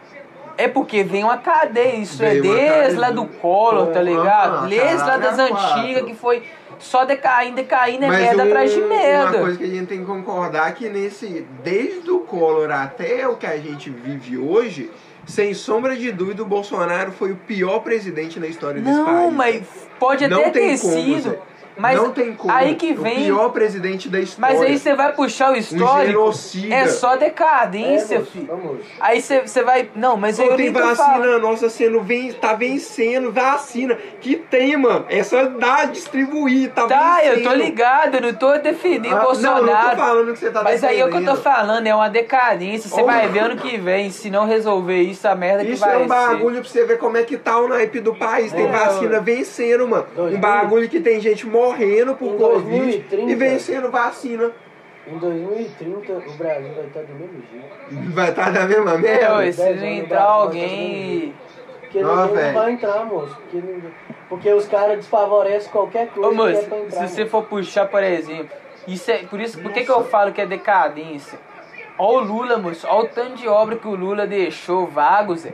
Speaker 3: É porque vem uma cadeia, isso é
Speaker 1: Vem uma
Speaker 3: desde
Speaker 1: cadeia.
Speaker 3: lá do Collor, tá
Speaker 1: Porra,
Speaker 3: ligado? Desde lá
Speaker 1: caralho,
Speaker 3: das
Speaker 1: é
Speaker 3: antigas
Speaker 1: quatro.
Speaker 3: que foi só decaindo, decaindo, é
Speaker 1: Mas
Speaker 3: merda
Speaker 1: um-
Speaker 3: atrás de merda.
Speaker 1: Uma coisa que a gente tem que concordar é que nesse, desde o Collor até o que a gente vive hoje, sem sombra de dúvida, o Bolsonaro foi o pior presidente da história desse país.
Speaker 3: Não, mas pode
Speaker 1: Não
Speaker 3: até
Speaker 1: tem
Speaker 3: ter
Speaker 1: como,
Speaker 3: sido.
Speaker 1: Zé.
Speaker 3: Mas
Speaker 1: não tem como. É
Speaker 3: aí que vem.
Speaker 1: O pior presidente da história.
Speaker 3: Mas aí você vai puxar o histórico.
Speaker 1: um genocida.
Speaker 3: É só decadência,
Speaker 2: É, moço,
Speaker 3: filho.
Speaker 2: vamos.
Speaker 3: Aí você você vai. Não, mas
Speaker 1: Pô,
Speaker 3: eu
Speaker 1: tem
Speaker 3: nem tô
Speaker 1: vacina
Speaker 3: falando.
Speaker 1: nossa sendo ven... tá vencendo, vacina. Que tem, mano. É só dar, distribuir, tá,
Speaker 3: Tá, eu
Speaker 1: vencendo.
Speaker 3: tô ligado, eu não tô defendendo o
Speaker 1: Ah,
Speaker 3: Bolsonaro.
Speaker 1: Não, não tô falando que você tá
Speaker 3: mas aí é o que eu tô
Speaker 1: defendendo.
Speaker 3: falando, é uma decadência. Você
Speaker 1: Ô,
Speaker 3: vai
Speaker 1: mano.
Speaker 3: ver ano que vem, se não resolver isso, a merda que
Speaker 1: Isso
Speaker 3: vai
Speaker 1: é um
Speaker 3: ser.
Speaker 1: bagulho pra você ver como é que tá o naipe do país. Tem
Speaker 3: É,
Speaker 1: vacina
Speaker 3: mano.
Speaker 1: vencendo, mano.
Speaker 2: Dois
Speaker 1: Um
Speaker 2: mil.
Speaker 1: bagulho que tem gente morrendo por
Speaker 3: Um
Speaker 2: Em
Speaker 1: Covid
Speaker 2: 2030.
Speaker 1: e vencendo vacina.
Speaker 2: Em 2030, o Brasil vai estar do mesmo jeito.
Speaker 1: Vai estar da mesma
Speaker 3: É,
Speaker 1: merda.
Speaker 3: ué, se
Speaker 2: Dez
Speaker 3: não
Speaker 2: anos,
Speaker 3: entrar
Speaker 2: vai- Que
Speaker 3: alguém.
Speaker 2: Porque
Speaker 1: Ó,
Speaker 2: ninguém
Speaker 1: velho.
Speaker 2: vai entrar, moço. Porque, ninguém- porque os caras desfavorecem qualquer coisa
Speaker 3: Ô, moço,
Speaker 2: que é pra entrar.
Speaker 3: se você
Speaker 2: moço.
Speaker 3: for puxar, por exemplo, isso é, por isso, por que, que eu falo que é decadência? Ó o Lula, moço, ó o tanto de obra que o Lula deixou vago, Zé.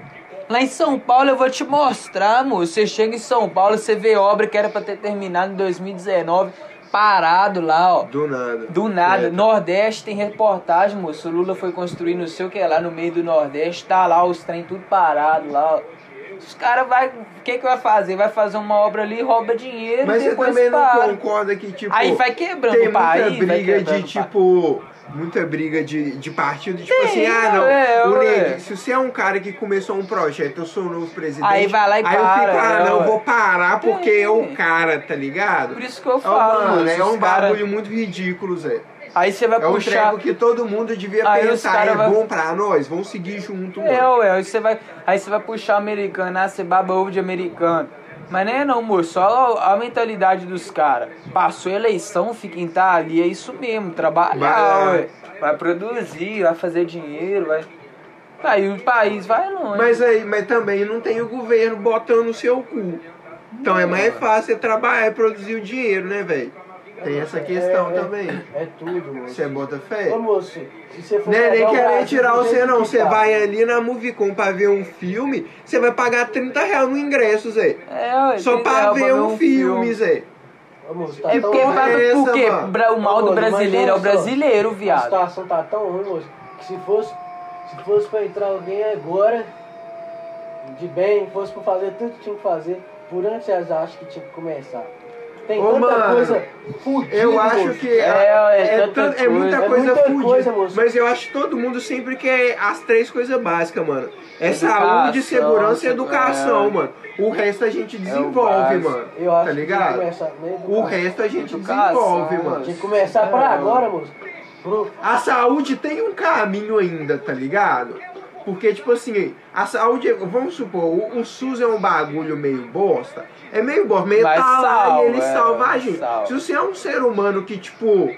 Speaker 3: Lá em São Paulo eu vou te mostrar, moço. Você chega em São Paulo, você vê obra que era pra ter terminado em 2019, parado lá, ó.
Speaker 1: Do nada.
Speaker 3: Do nada.
Speaker 1: É.
Speaker 3: Nordeste tem reportagem, moço. O Lula foi construir não sei o que lá no meio do Nordeste. Tá lá os trem tudo parado lá. ó. Os caras vai. O que que vai fazer? Vai fazer uma obra ali, rouba dinheiro
Speaker 1: Mas você
Speaker 3: e depois
Speaker 1: também
Speaker 3: para.
Speaker 1: não concorda que, tipo.
Speaker 3: Aí vai quebrando
Speaker 1: tem
Speaker 3: o país, vai
Speaker 1: Muita briga de,
Speaker 3: quebrando o país.
Speaker 1: tipo. Muita briga de, de partido, tipo
Speaker 3: Tem,
Speaker 1: assim, ah não,
Speaker 3: é,
Speaker 1: o
Speaker 3: ué.
Speaker 1: Neg, se você é um cara que começou um projeto, eu sou o novo presidente.
Speaker 3: Aí vai lá e
Speaker 1: aí
Speaker 3: para,
Speaker 1: eu fico, ah,
Speaker 3: né,
Speaker 1: não,
Speaker 3: ué.
Speaker 1: vou parar porque
Speaker 3: Tem.
Speaker 1: é o cara, tá ligado?
Speaker 3: Por isso que eu
Speaker 1: Ó,
Speaker 3: falo,
Speaker 1: mano,
Speaker 3: moço,
Speaker 1: é
Speaker 3: os
Speaker 1: um
Speaker 3: cara-
Speaker 1: bagulho muito ridículo, Zé.
Speaker 3: Aí você vai
Speaker 1: É um
Speaker 3: puxar.
Speaker 1: treco que todo mundo devia
Speaker 3: Aí os
Speaker 1: pensar,
Speaker 3: cara
Speaker 1: é
Speaker 3: vai-
Speaker 1: bom pra nós, vamos seguir junto,
Speaker 3: É,
Speaker 1: mano.
Speaker 3: ué, aí você vai, aí você vai puxar americano, ah, você baba ovo de americano. Mas nem é não, moço, só a mentalidade dos caras. Passou a eleição, fica em tá ali, é isso mesmo, trabalhar,
Speaker 1: Vai-
Speaker 3: ué. Vai produzir, vai fazer dinheiro, vai. Aí o país vai longe.
Speaker 1: Mas aí, mas também não tem o governo botando no seu cu. Então é mais fácil você trabalhar e produzir o dinheiro, né, velho? Tem essa questão
Speaker 2: É, é.
Speaker 1: também.
Speaker 2: É tudo, moço.
Speaker 1: Você bota fé?
Speaker 2: Ô, moço, se você for.
Speaker 1: Né,
Speaker 2: pegar
Speaker 1: nem
Speaker 2: o
Speaker 1: querer
Speaker 2: Brasil
Speaker 1: tirar
Speaker 2: do
Speaker 1: você
Speaker 2: jeito
Speaker 1: não.
Speaker 2: que
Speaker 1: Você
Speaker 2: tá.
Speaker 1: vai ali na Movicon pra ver um filme, você vai pagar 30 reais no ingresso, Zé.
Speaker 3: É, ué,
Speaker 1: Só
Speaker 3: tem que
Speaker 1: pra
Speaker 3: arrumar
Speaker 1: ver um filme, Zé.
Speaker 2: Ô, moço, tá tão
Speaker 3: É porque,
Speaker 1: porra
Speaker 3: vai-
Speaker 1: é essa,
Speaker 3: porque
Speaker 1: mano?
Speaker 3: bra- o mal
Speaker 2: Ô,
Speaker 3: do
Speaker 2: mano, mas
Speaker 3: brasileiro é o
Speaker 2: olha só,
Speaker 3: brasileiro,
Speaker 2: A
Speaker 3: viado.
Speaker 2: situação tá tão ruim, moço, que se fosse, se fosse pra entrar alguém agora, de bem, fosse pra fazer tudo que tinha que fazer, por antes vocês acham que tinha que começar? Tem
Speaker 1: Ô,
Speaker 2: tanta
Speaker 1: mano,
Speaker 2: coisa fudida,
Speaker 1: Eu acho
Speaker 2: moço.
Speaker 1: que
Speaker 3: É,
Speaker 1: é,
Speaker 3: é
Speaker 1: é
Speaker 3: tanta
Speaker 1: tan- é muita
Speaker 3: coisa.
Speaker 1: coisa
Speaker 2: É muita
Speaker 1: fudida,
Speaker 2: coisa, moço.
Speaker 1: mas eu acho que todo mundo sempre quer as três coisas básicas, mano. É saúde,
Speaker 3: Educação,
Speaker 1: segurança e educação,
Speaker 3: é.
Speaker 1: mano. O resto a gente desenvolve,
Speaker 3: básico.
Speaker 1: mano.
Speaker 2: Eu acho
Speaker 1: tá
Speaker 2: que
Speaker 1: ligado?
Speaker 2: tinha que começar na
Speaker 1: O
Speaker 2: educação.
Speaker 1: resto a gente
Speaker 3: Educação,
Speaker 1: desenvolve,
Speaker 2: Tinha
Speaker 1: mano.
Speaker 2: que começar pra
Speaker 3: É.
Speaker 2: agora, moço. Pro-
Speaker 1: A saúde tem um caminho ainda, tá ligado? Porque, tipo assim, a saúde, vamos supor, o, o SUS é um bagulho meio bosta. É meio bosta, meio
Speaker 3: Mas
Speaker 1: tá lá
Speaker 3: salva,
Speaker 1: e ele
Speaker 3: é,
Speaker 1: salva a gente.
Speaker 3: salva.
Speaker 1: Se você é um ser humano que, tipo,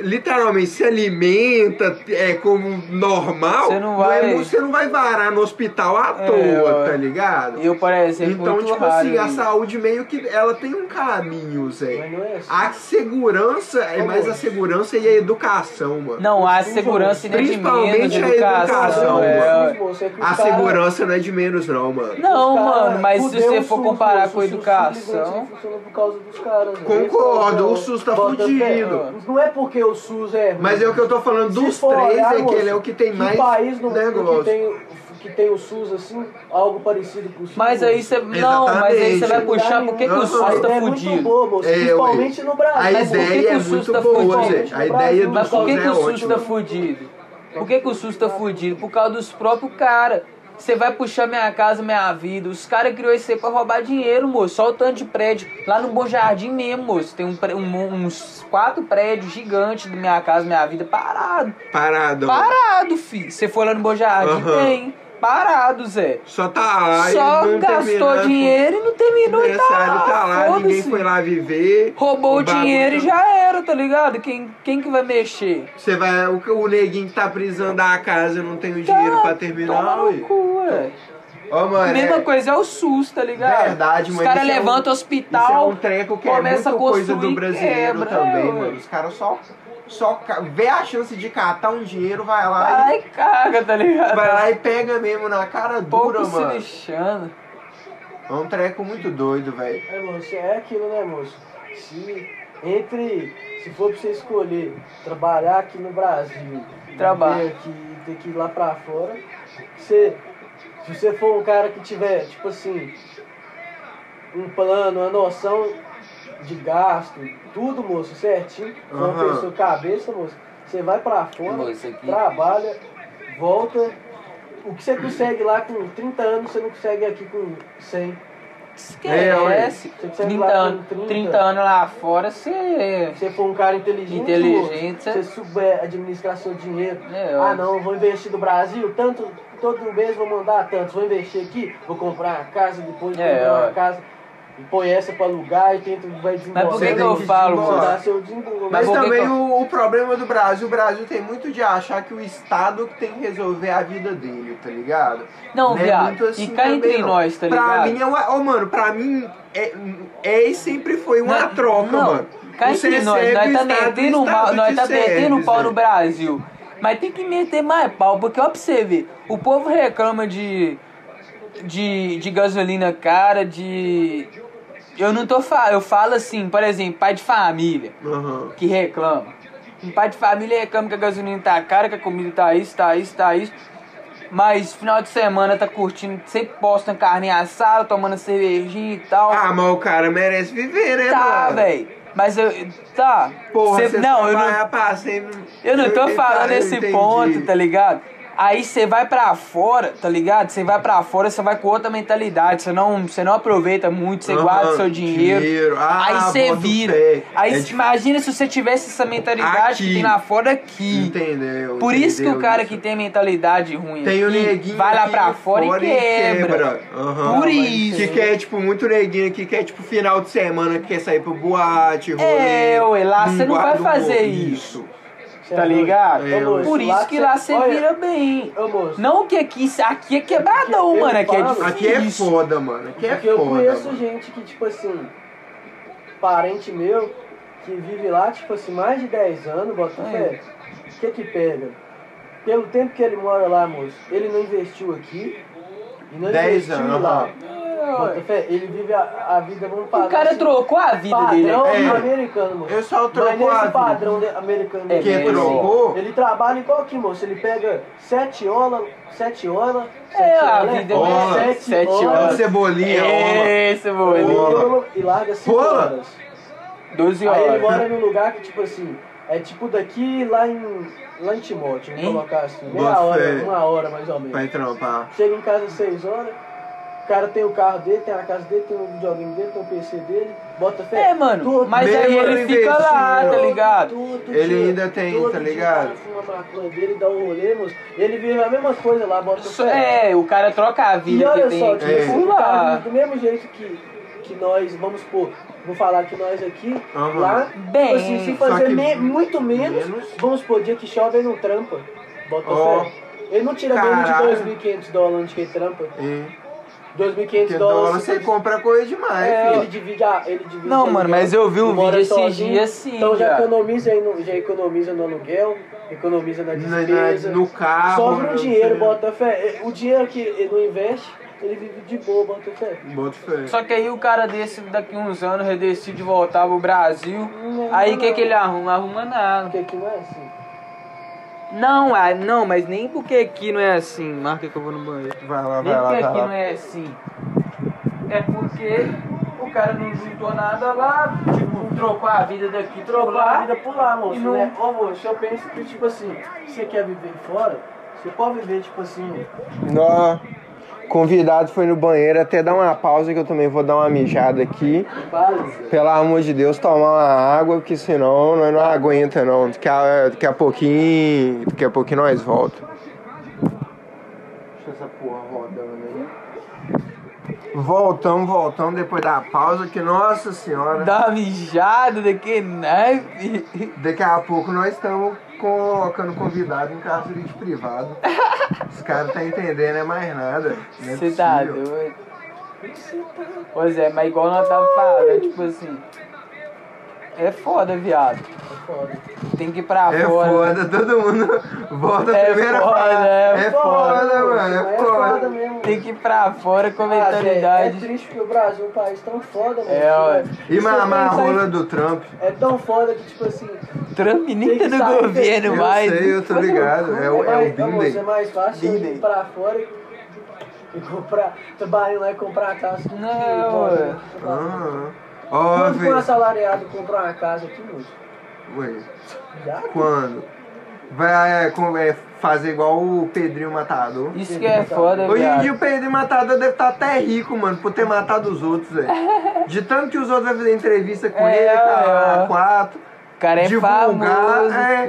Speaker 1: literalmente se alimenta é, como normal,
Speaker 3: Você não vai-
Speaker 1: é mu- você não vai varar no hospital à
Speaker 3: É,
Speaker 1: toa,
Speaker 3: ué.
Speaker 1: tá ligado?
Speaker 3: Eu, por exemplo,
Speaker 1: Então,
Speaker 3: muito
Speaker 1: tipo
Speaker 3: raro
Speaker 1: assim, a
Speaker 3: isso.
Speaker 1: saúde meio que ela tem um caminho, Zé.
Speaker 2: Mas não é assim.
Speaker 1: A segurança é
Speaker 2: Ô,
Speaker 1: mais a
Speaker 2: moço.
Speaker 1: segurança e a educação, mano.
Speaker 3: Não, a segurança não é de menos,
Speaker 1: Principalmente a
Speaker 3: educação.
Speaker 1: educação,
Speaker 3: é.
Speaker 1: tá, mano.
Speaker 2: moço, é que os
Speaker 1: A
Speaker 2: caras-
Speaker 1: segurança não é de menos, não, mano.
Speaker 3: Não,
Speaker 2: Os caras
Speaker 3: mano, mas se
Speaker 2: fudeu
Speaker 3: você
Speaker 2: o
Speaker 3: for
Speaker 2: SUS,
Speaker 3: comparar
Speaker 2: moço,
Speaker 3: com a
Speaker 2: o é SUS
Speaker 3: educação.
Speaker 2: simplesmente funciona por causa dos caras, né?
Speaker 1: Concordo,
Speaker 2: Eles
Speaker 1: o SUS tá
Speaker 2: botam
Speaker 1: fudido.
Speaker 2: fé. Não é porque o SUS é ruim.
Speaker 1: Mas é o que eu tô falando, dos
Speaker 2: Se for
Speaker 1: três,
Speaker 2: olhar,
Speaker 1: é que
Speaker 2: moço,
Speaker 1: ele é o que tem mais
Speaker 2: que país no mundo
Speaker 1: negócio.
Speaker 2: que tem, que tem o SUS assim, algo parecido com o SUS. Tá
Speaker 3: Mas aí você. Não, mas aí você vai
Speaker 1: Exatamente.
Speaker 3: puxar por que, que o
Speaker 1: Aham.
Speaker 3: SUS
Speaker 2: A
Speaker 3: tá
Speaker 2: ideia é muito
Speaker 3: fudido.
Speaker 2: boa, moço,
Speaker 1: É, ué.
Speaker 2: principalmente no
Speaker 1: A
Speaker 2: Brasil.
Speaker 3: Mas por que
Speaker 1: ideia
Speaker 3: que
Speaker 1: é
Speaker 3: o SUS
Speaker 1: muito
Speaker 3: tá
Speaker 1: boa,
Speaker 3: fudido?
Speaker 1: Zé. A ideia do
Speaker 3: Mas
Speaker 1: SUS
Speaker 3: por um que, que
Speaker 1: é
Speaker 3: o SUS
Speaker 1: ótima.
Speaker 3: tá fudido? Por que, que o SUS tá fudido? Por causa dos próprios caras. Você vai puxar minha casa, minha vida. Os caras criou isso aí pra roubar dinheiro, moço. Só o tanto de prédio. Lá no Bom Jardim mesmo, moço. Tem um pré- um- uns quatro prédios gigantes do Minha Casa, Minha Vida parado.
Speaker 1: Parado.
Speaker 3: Parado, fi. Você foi lá no Bom Jardim,
Speaker 1: um Aham.
Speaker 3: tem. Parado, Zé.
Speaker 1: Só tá lá. e
Speaker 3: Só
Speaker 1: não né,
Speaker 3: gastou
Speaker 1: terminar,
Speaker 3: dinheiro e não
Speaker 1: O
Speaker 3: terminou e tá
Speaker 1: necessário
Speaker 3: lá.
Speaker 1: tá lá, ninguém
Speaker 3: foda-se.
Speaker 1: foi lá viver.
Speaker 3: Roubou o
Speaker 1: bagulho
Speaker 3: dinheiro e
Speaker 1: tá-
Speaker 3: já era, tá ligado? Quem, quem que vai mexer?
Speaker 1: Você vai, o, o neguinho que tá precisando da casa não tem o dinheiro pra
Speaker 3: Tá, Toma
Speaker 1: terminar,
Speaker 3: no
Speaker 1: ué.
Speaker 3: cu, ué.
Speaker 1: Ó, mano,
Speaker 3: Mesma
Speaker 1: é-
Speaker 3: coisa é o SUS, tá ligado?
Speaker 1: Verdade,
Speaker 3: Os
Speaker 1: mas
Speaker 3: caras
Speaker 1: isso é um-
Speaker 3: levantam o
Speaker 1: Isso é
Speaker 3: hospital.
Speaker 1: um treco que é muita
Speaker 3: começa a
Speaker 1: coisa do
Speaker 3: construir,
Speaker 1: brasileiro
Speaker 3: quebra,
Speaker 1: também,
Speaker 3: é,
Speaker 1: mano.
Speaker 3: ué.
Speaker 1: Os caras só, só ca- vê a chance de catar um dinheiro, vai lá
Speaker 3: Ai, caga, tá
Speaker 1: e
Speaker 3: ligado?
Speaker 1: vai lá e pega mesmo na cara
Speaker 3: Pouco
Speaker 1: dura,
Speaker 3: se
Speaker 1: mano.
Speaker 3: lixando.
Speaker 1: É um treco muito doido, velho.
Speaker 2: É, moço, é aquilo, né, moço? Se entre. Se for pra você escolher trabalhar aqui no Brasil,
Speaker 3: Trabalho.
Speaker 2: viver aqui e ter que ir lá pra fora, você, se você for um cara que tiver, tipo assim, um plano, uma noção de gasto, tudo, moço, certinho, for uma
Speaker 1: Aham.
Speaker 2: pessoa cabeça, moço, você vai pra fora,
Speaker 3: Moço, aqui.
Speaker 2: trabalha, volta. O que você consegue lá com 30 anos, você não consegue aqui com 100.
Speaker 3: Esquece.
Speaker 2: É, ué.
Speaker 3: 30 anos, 30 anos lá fora, você. é
Speaker 2: Se você for um cara inteligente,
Speaker 3: Inteligente,
Speaker 2: moço,
Speaker 3: cê-
Speaker 2: você souber administrar seu dinheiro.
Speaker 3: É, ó.
Speaker 2: ah, não, eu vou investir no Brasil, tanto, um todo mês vou mandar tanto, vou investir aqui, vou comprar uma casa, depois vou
Speaker 3: É,
Speaker 2: comprar
Speaker 3: ó.
Speaker 2: uma casa. põe essa pra alugar e tenta, vai desenvolver.
Speaker 3: por
Speaker 1: que que eu
Speaker 3: falo,
Speaker 2: Dá seu né? desenvolvimento.
Speaker 1: Mas
Speaker 3: Mas por que
Speaker 1: também
Speaker 3: que
Speaker 1: o, o problema do Brasil, o Brasil tem muito de achar que o Estado que tem que resolver a vida dele, tá ligado?
Speaker 3: Não,
Speaker 1: é
Speaker 3: viado,
Speaker 1: muito
Speaker 3: e cá
Speaker 1: também,
Speaker 3: entre
Speaker 1: não.
Speaker 3: nós, tá
Speaker 1: Pra
Speaker 3: ligado?
Speaker 1: mim, é uma, oh, mano, pra mim, é, é e sempre foi uma
Speaker 3: Não,
Speaker 1: troca,
Speaker 3: não,
Speaker 1: mano.
Speaker 3: Cá
Speaker 1: Você
Speaker 3: entre nós,
Speaker 1: recebe
Speaker 3: nós
Speaker 1: o
Speaker 3: tá
Speaker 1: é Estado, o
Speaker 3: metendo,
Speaker 1: Estado
Speaker 3: mal,
Speaker 1: te
Speaker 3: nós tá metendo
Speaker 1: serve,
Speaker 3: pau no
Speaker 1: velho.
Speaker 3: Brasil. Mas tem que meter mais pau, porque ó pra você ver, o povo reclama de, de, de gasolina cara, de... Eu não tô falando, eu falo assim, por exemplo, pai de família
Speaker 1: Aham.
Speaker 3: que reclama. Um pai de família reclama que a gasolina tá cara, que a comida tá isso, tá isso, tá isso. Mas final de semana tá curtindo, sempre posta carne assada, tomando cervejinha e tal.
Speaker 1: Ah, mas o cara merece viver, né,
Speaker 3: tá,
Speaker 1: mano?
Speaker 3: velho. Mas eu. Tá.
Speaker 1: Porra,
Speaker 3: Cê-
Speaker 1: você
Speaker 3: não, eu
Speaker 1: vai
Speaker 3: não,
Speaker 1: rapar sempre-
Speaker 3: eu não tô
Speaker 1: Tá,
Speaker 3: falando
Speaker 1: eu
Speaker 3: esse
Speaker 1: entendi.
Speaker 3: ponto, tá ligado? Aí você vai pra fora, tá ligado? Você vai pra fora, você vai com outra mentalidade. Você não, você não aproveita muito, você
Speaker 1: Aham,
Speaker 3: guarda seu dinheiro.
Speaker 1: dinheiro. Ah,
Speaker 3: aí você
Speaker 1: bota o
Speaker 3: vira.
Speaker 1: pé.
Speaker 3: Aí
Speaker 1: É
Speaker 3: cê-
Speaker 1: dif-
Speaker 3: imagina se você tivesse essa mentalidade que
Speaker 1: Aqui.
Speaker 3: tem lá fora aqui.
Speaker 1: Entendeu?
Speaker 3: Por isso que o
Speaker 1: entendeu
Speaker 3: cara
Speaker 1: isso?
Speaker 3: que tem mentalidade ruim
Speaker 1: Tem o
Speaker 3: aqui,
Speaker 1: neguinho
Speaker 3: vai lá
Speaker 1: aqui
Speaker 3: pra fora, e quebra.
Speaker 1: Aham.
Speaker 3: Por
Speaker 1: Mas
Speaker 3: isso.
Speaker 1: Que quer, tipo, muito neguinho aqui, quer, tipo, final de semana, que quer sair pro boate, rolê.
Speaker 3: É, ué, lá
Speaker 1: Não
Speaker 3: você não vai
Speaker 1: guarda o
Speaker 3: fazer
Speaker 1: bolso.
Speaker 3: isso. Tá ligado?
Speaker 1: É,
Speaker 2: Ô, moço,
Speaker 3: Por isso que lá você
Speaker 2: olha,
Speaker 3: vira bem.
Speaker 2: Ô, moço.
Speaker 3: Não que aqui, aqui é quebradão,
Speaker 2: Eu
Speaker 3: mano. Aqui é
Speaker 2: falo.
Speaker 3: difícil.
Speaker 1: Aqui é foda, mano. Aqui é
Speaker 2: Porque eu
Speaker 1: foda.
Speaker 2: conheço
Speaker 1: mano.
Speaker 2: gente que, tipo assim, parente meu, que vive lá, tipo assim, mais de 10 anos, bota
Speaker 3: É.
Speaker 2: fé. O que que pega? Pelo tempo que ele mora lá, moço, ele não investiu aqui e não
Speaker 1: 10
Speaker 2: investiu
Speaker 1: anos,
Speaker 2: lá.
Speaker 1: aham.
Speaker 3: É,
Speaker 2: Bota
Speaker 3: ué.
Speaker 2: fé, ele vive a, a vida, vamos falar
Speaker 3: O cara
Speaker 2: assim,
Speaker 3: trocou a vida dele. né?
Speaker 2: padrão
Speaker 3: aqui.
Speaker 1: É.
Speaker 2: americano, moço.
Speaker 1: Eu só
Speaker 2: Mas
Speaker 1: troco a
Speaker 2: nesse
Speaker 1: vida.
Speaker 2: padrão de- americano
Speaker 3: É,
Speaker 2: dele,
Speaker 1: Quem
Speaker 3: mesmo.
Speaker 1: trocou?
Speaker 2: ele trabalha igual aqui, moço. Ele pega sete olas, sete olas,
Speaker 3: É,
Speaker 2: sete
Speaker 3: a
Speaker 2: olas,
Speaker 3: vida
Speaker 1: é
Speaker 2: olas,
Speaker 1: mesmo.
Speaker 2: sete,
Speaker 3: Sete
Speaker 1: Olha
Speaker 2: olas,
Speaker 1: o cebolinha, olha.
Speaker 3: É, Esse, mano.
Speaker 1: Boa.
Speaker 2: olas e larga cinco
Speaker 1: Rola?
Speaker 2: horas.
Speaker 3: 12
Speaker 2: Aí ele
Speaker 3: horas.
Speaker 2: mora num lugar que, tipo assim, é tipo daqui lá em, lá em Timóteo,
Speaker 3: Hein?
Speaker 2: vamos colocar assim,
Speaker 1: Bota
Speaker 2: meia hora,
Speaker 1: fé.
Speaker 2: uma hora mais ou menos.
Speaker 1: Vai trampar.
Speaker 2: Chega em casa às seis horas, o cara tem o carro dele, tem a casa dele, tem o videogame dele, tem o PC dele, bota fé. assim,
Speaker 3: É, mano.
Speaker 2: Todo
Speaker 3: Mas aí
Speaker 1: Mesmo
Speaker 3: ele
Speaker 1: ele
Speaker 3: fica lá, tá
Speaker 1: investindo.
Speaker 3: ligado?
Speaker 2: Todo
Speaker 1: Ele
Speaker 2: dia,
Speaker 1: ainda tem,
Speaker 2: todo
Speaker 1: tá
Speaker 2: dia
Speaker 1: ligado?
Speaker 2: o cara fuma a maconha dele, dá um rolê, moço. Ele vive a mesma coisa lá, bota
Speaker 3: Isso
Speaker 2: fé.
Speaker 3: É, o cara troca a
Speaker 2: E
Speaker 3: vida que
Speaker 2: olha
Speaker 3: tem é.
Speaker 2: só, tipo,
Speaker 3: aqui
Speaker 2: esse
Speaker 3: por
Speaker 2: cara,
Speaker 3: lá.
Speaker 2: do mesmo jeito que, que nós, vamos supor, vou falar que nós aqui,
Speaker 1: Aham.
Speaker 2: lá,
Speaker 3: Bem,
Speaker 2: tipo assim, se
Speaker 1: só
Speaker 2: fazer
Speaker 1: que
Speaker 2: me- muito menos,
Speaker 1: menos.
Speaker 2: vamos supor, dia que chove, ele não trampa. Bota
Speaker 1: Ó.
Speaker 2: fé. Ele não tira
Speaker 1: Caralho.
Speaker 2: menos de 2.500 dólares onde que ele trampa.
Speaker 1: É.
Speaker 2: 2.500
Speaker 1: Porque
Speaker 2: dólares.
Speaker 1: dólar você compra coisa demais,
Speaker 2: É,
Speaker 1: filho.
Speaker 2: ele divide a. Ele divide
Speaker 3: Não,
Speaker 2: o
Speaker 3: mano,
Speaker 2: aluguel,
Speaker 3: mas eu vi um
Speaker 2: mora
Speaker 3: vídeo esses
Speaker 2: sozinho,
Speaker 3: dias, sim,
Speaker 2: Então já
Speaker 3: cara.
Speaker 2: economiza, aí no, já economiza no aluguel, economiza na
Speaker 1: Na- na-
Speaker 2: é despesa.
Speaker 1: no
Speaker 3: Ah,
Speaker 1: carro,
Speaker 2: Sobra um
Speaker 1: né,
Speaker 2: dinheiro,
Speaker 1: você-
Speaker 2: bota fé. É, O dinheiro que ele não investe, ele vive de boa, bota fé.
Speaker 1: Bota fé.
Speaker 3: Só que aí o cara desse daqui uns anos ele decide voltar pro Brasil.
Speaker 2: Não,
Speaker 3: aí o
Speaker 2: não.
Speaker 3: que, que ele arruma? Arruma nada.
Speaker 2: Porque aqui não é assim.
Speaker 3: Não, ah, não, mas nem porque aqui não é assim. Marca que eu vou no banheiro.
Speaker 1: Vai lá,
Speaker 3: Nem
Speaker 1: vai lá,
Speaker 3: porque
Speaker 1: vai
Speaker 3: aqui
Speaker 2: né?
Speaker 3: não
Speaker 1: lá.
Speaker 3: é assim. É porque o cara não juntou nada lá, tipo, trocou a vida daqui, trocou
Speaker 2: Pular a
Speaker 3: lá.
Speaker 2: vida por lá,
Speaker 3: E
Speaker 2: moço,
Speaker 3: não-
Speaker 2: né? Ô, moço, eu penso que, tipo assim, você quer viver fora, você pode viver, tipo assim,
Speaker 1: Nó. Convidado foi no banheiro, até dar uma pausa que eu também vou dar uma mijada aqui.
Speaker 2: base.
Speaker 1: Pelo amor de Deus, tomar uma água, porque senão nós não aguenta não. Daqui a, daqui a pouquinho. Daqui a pouquinho nós volta. Deixa essa porra rodando aí. Voltamos, voltamos depois da pausa, que nossa senhora.
Speaker 3: Dá uma mijada daqui, né? fi?
Speaker 1: Daqui a pouco nós estamos colocando convidado em cárcere de privado. Os caras não tá entendendo, é mais nada. Não é
Speaker 3: Você tá
Speaker 1: possível.
Speaker 3: doido? Pois é, mas igual nós tava falando, tipo assim. É foda, viado.
Speaker 2: É foda.
Speaker 3: Tem que ir pra
Speaker 1: É
Speaker 3: fora.
Speaker 1: foda, todo mundo volta a
Speaker 3: É
Speaker 1: primeira
Speaker 3: foda,
Speaker 1: frase.
Speaker 3: é
Speaker 1: É foda,
Speaker 2: moço,
Speaker 1: mano, é
Speaker 2: mas
Speaker 1: foda.
Speaker 2: mesmo.
Speaker 3: Tem que ir pra fora com a mentalidade.
Speaker 2: É, é triste porque o Brasil é um país tão foda, mano.
Speaker 3: É, ué.
Speaker 1: E
Speaker 2: Você
Speaker 1: mamar a
Speaker 2: pensa
Speaker 1: rola do Trump.
Speaker 2: em- É tão foda que, tipo assim.
Speaker 3: Trump nem
Speaker 2: Tem
Speaker 3: tá
Speaker 2: que
Speaker 3: no
Speaker 2: sair,
Speaker 3: governo
Speaker 1: Eu
Speaker 3: mais.
Speaker 1: sei, eu tô ligado. É, o- é
Speaker 2: mais,
Speaker 1: o
Speaker 2: não, moço, é
Speaker 1: Binden.
Speaker 2: mais fácil eu
Speaker 3: Binden.
Speaker 2: ir pra fora e, e comprar. Trabalhar lá e comprar a casa. que-
Speaker 3: Não,
Speaker 2: que-
Speaker 3: ué.
Speaker 1: Ah, ó,
Speaker 2: Quando que um
Speaker 1: velho.
Speaker 2: assalariado comprar uma casa aqui, moço?
Speaker 1: Ué,
Speaker 2: Já?
Speaker 1: Quando? Vai é, com- é, fazer igual o Pedrinho Matador.
Speaker 3: Isso que é foda,
Speaker 1: Hoje em dia
Speaker 3: viado.
Speaker 1: o Pedrinho Matador deve estar até rico, mano, por ter matado os outros, velho. De tanto que os outros vão fazer entrevista com
Speaker 3: É,
Speaker 1: ele, com a a
Speaker 3: é.
Speaker 1: quatro.
Speaker 3: O cara é
Speaker 1: divulgar,
Speaker 3: famoso.
Speaker 1: é.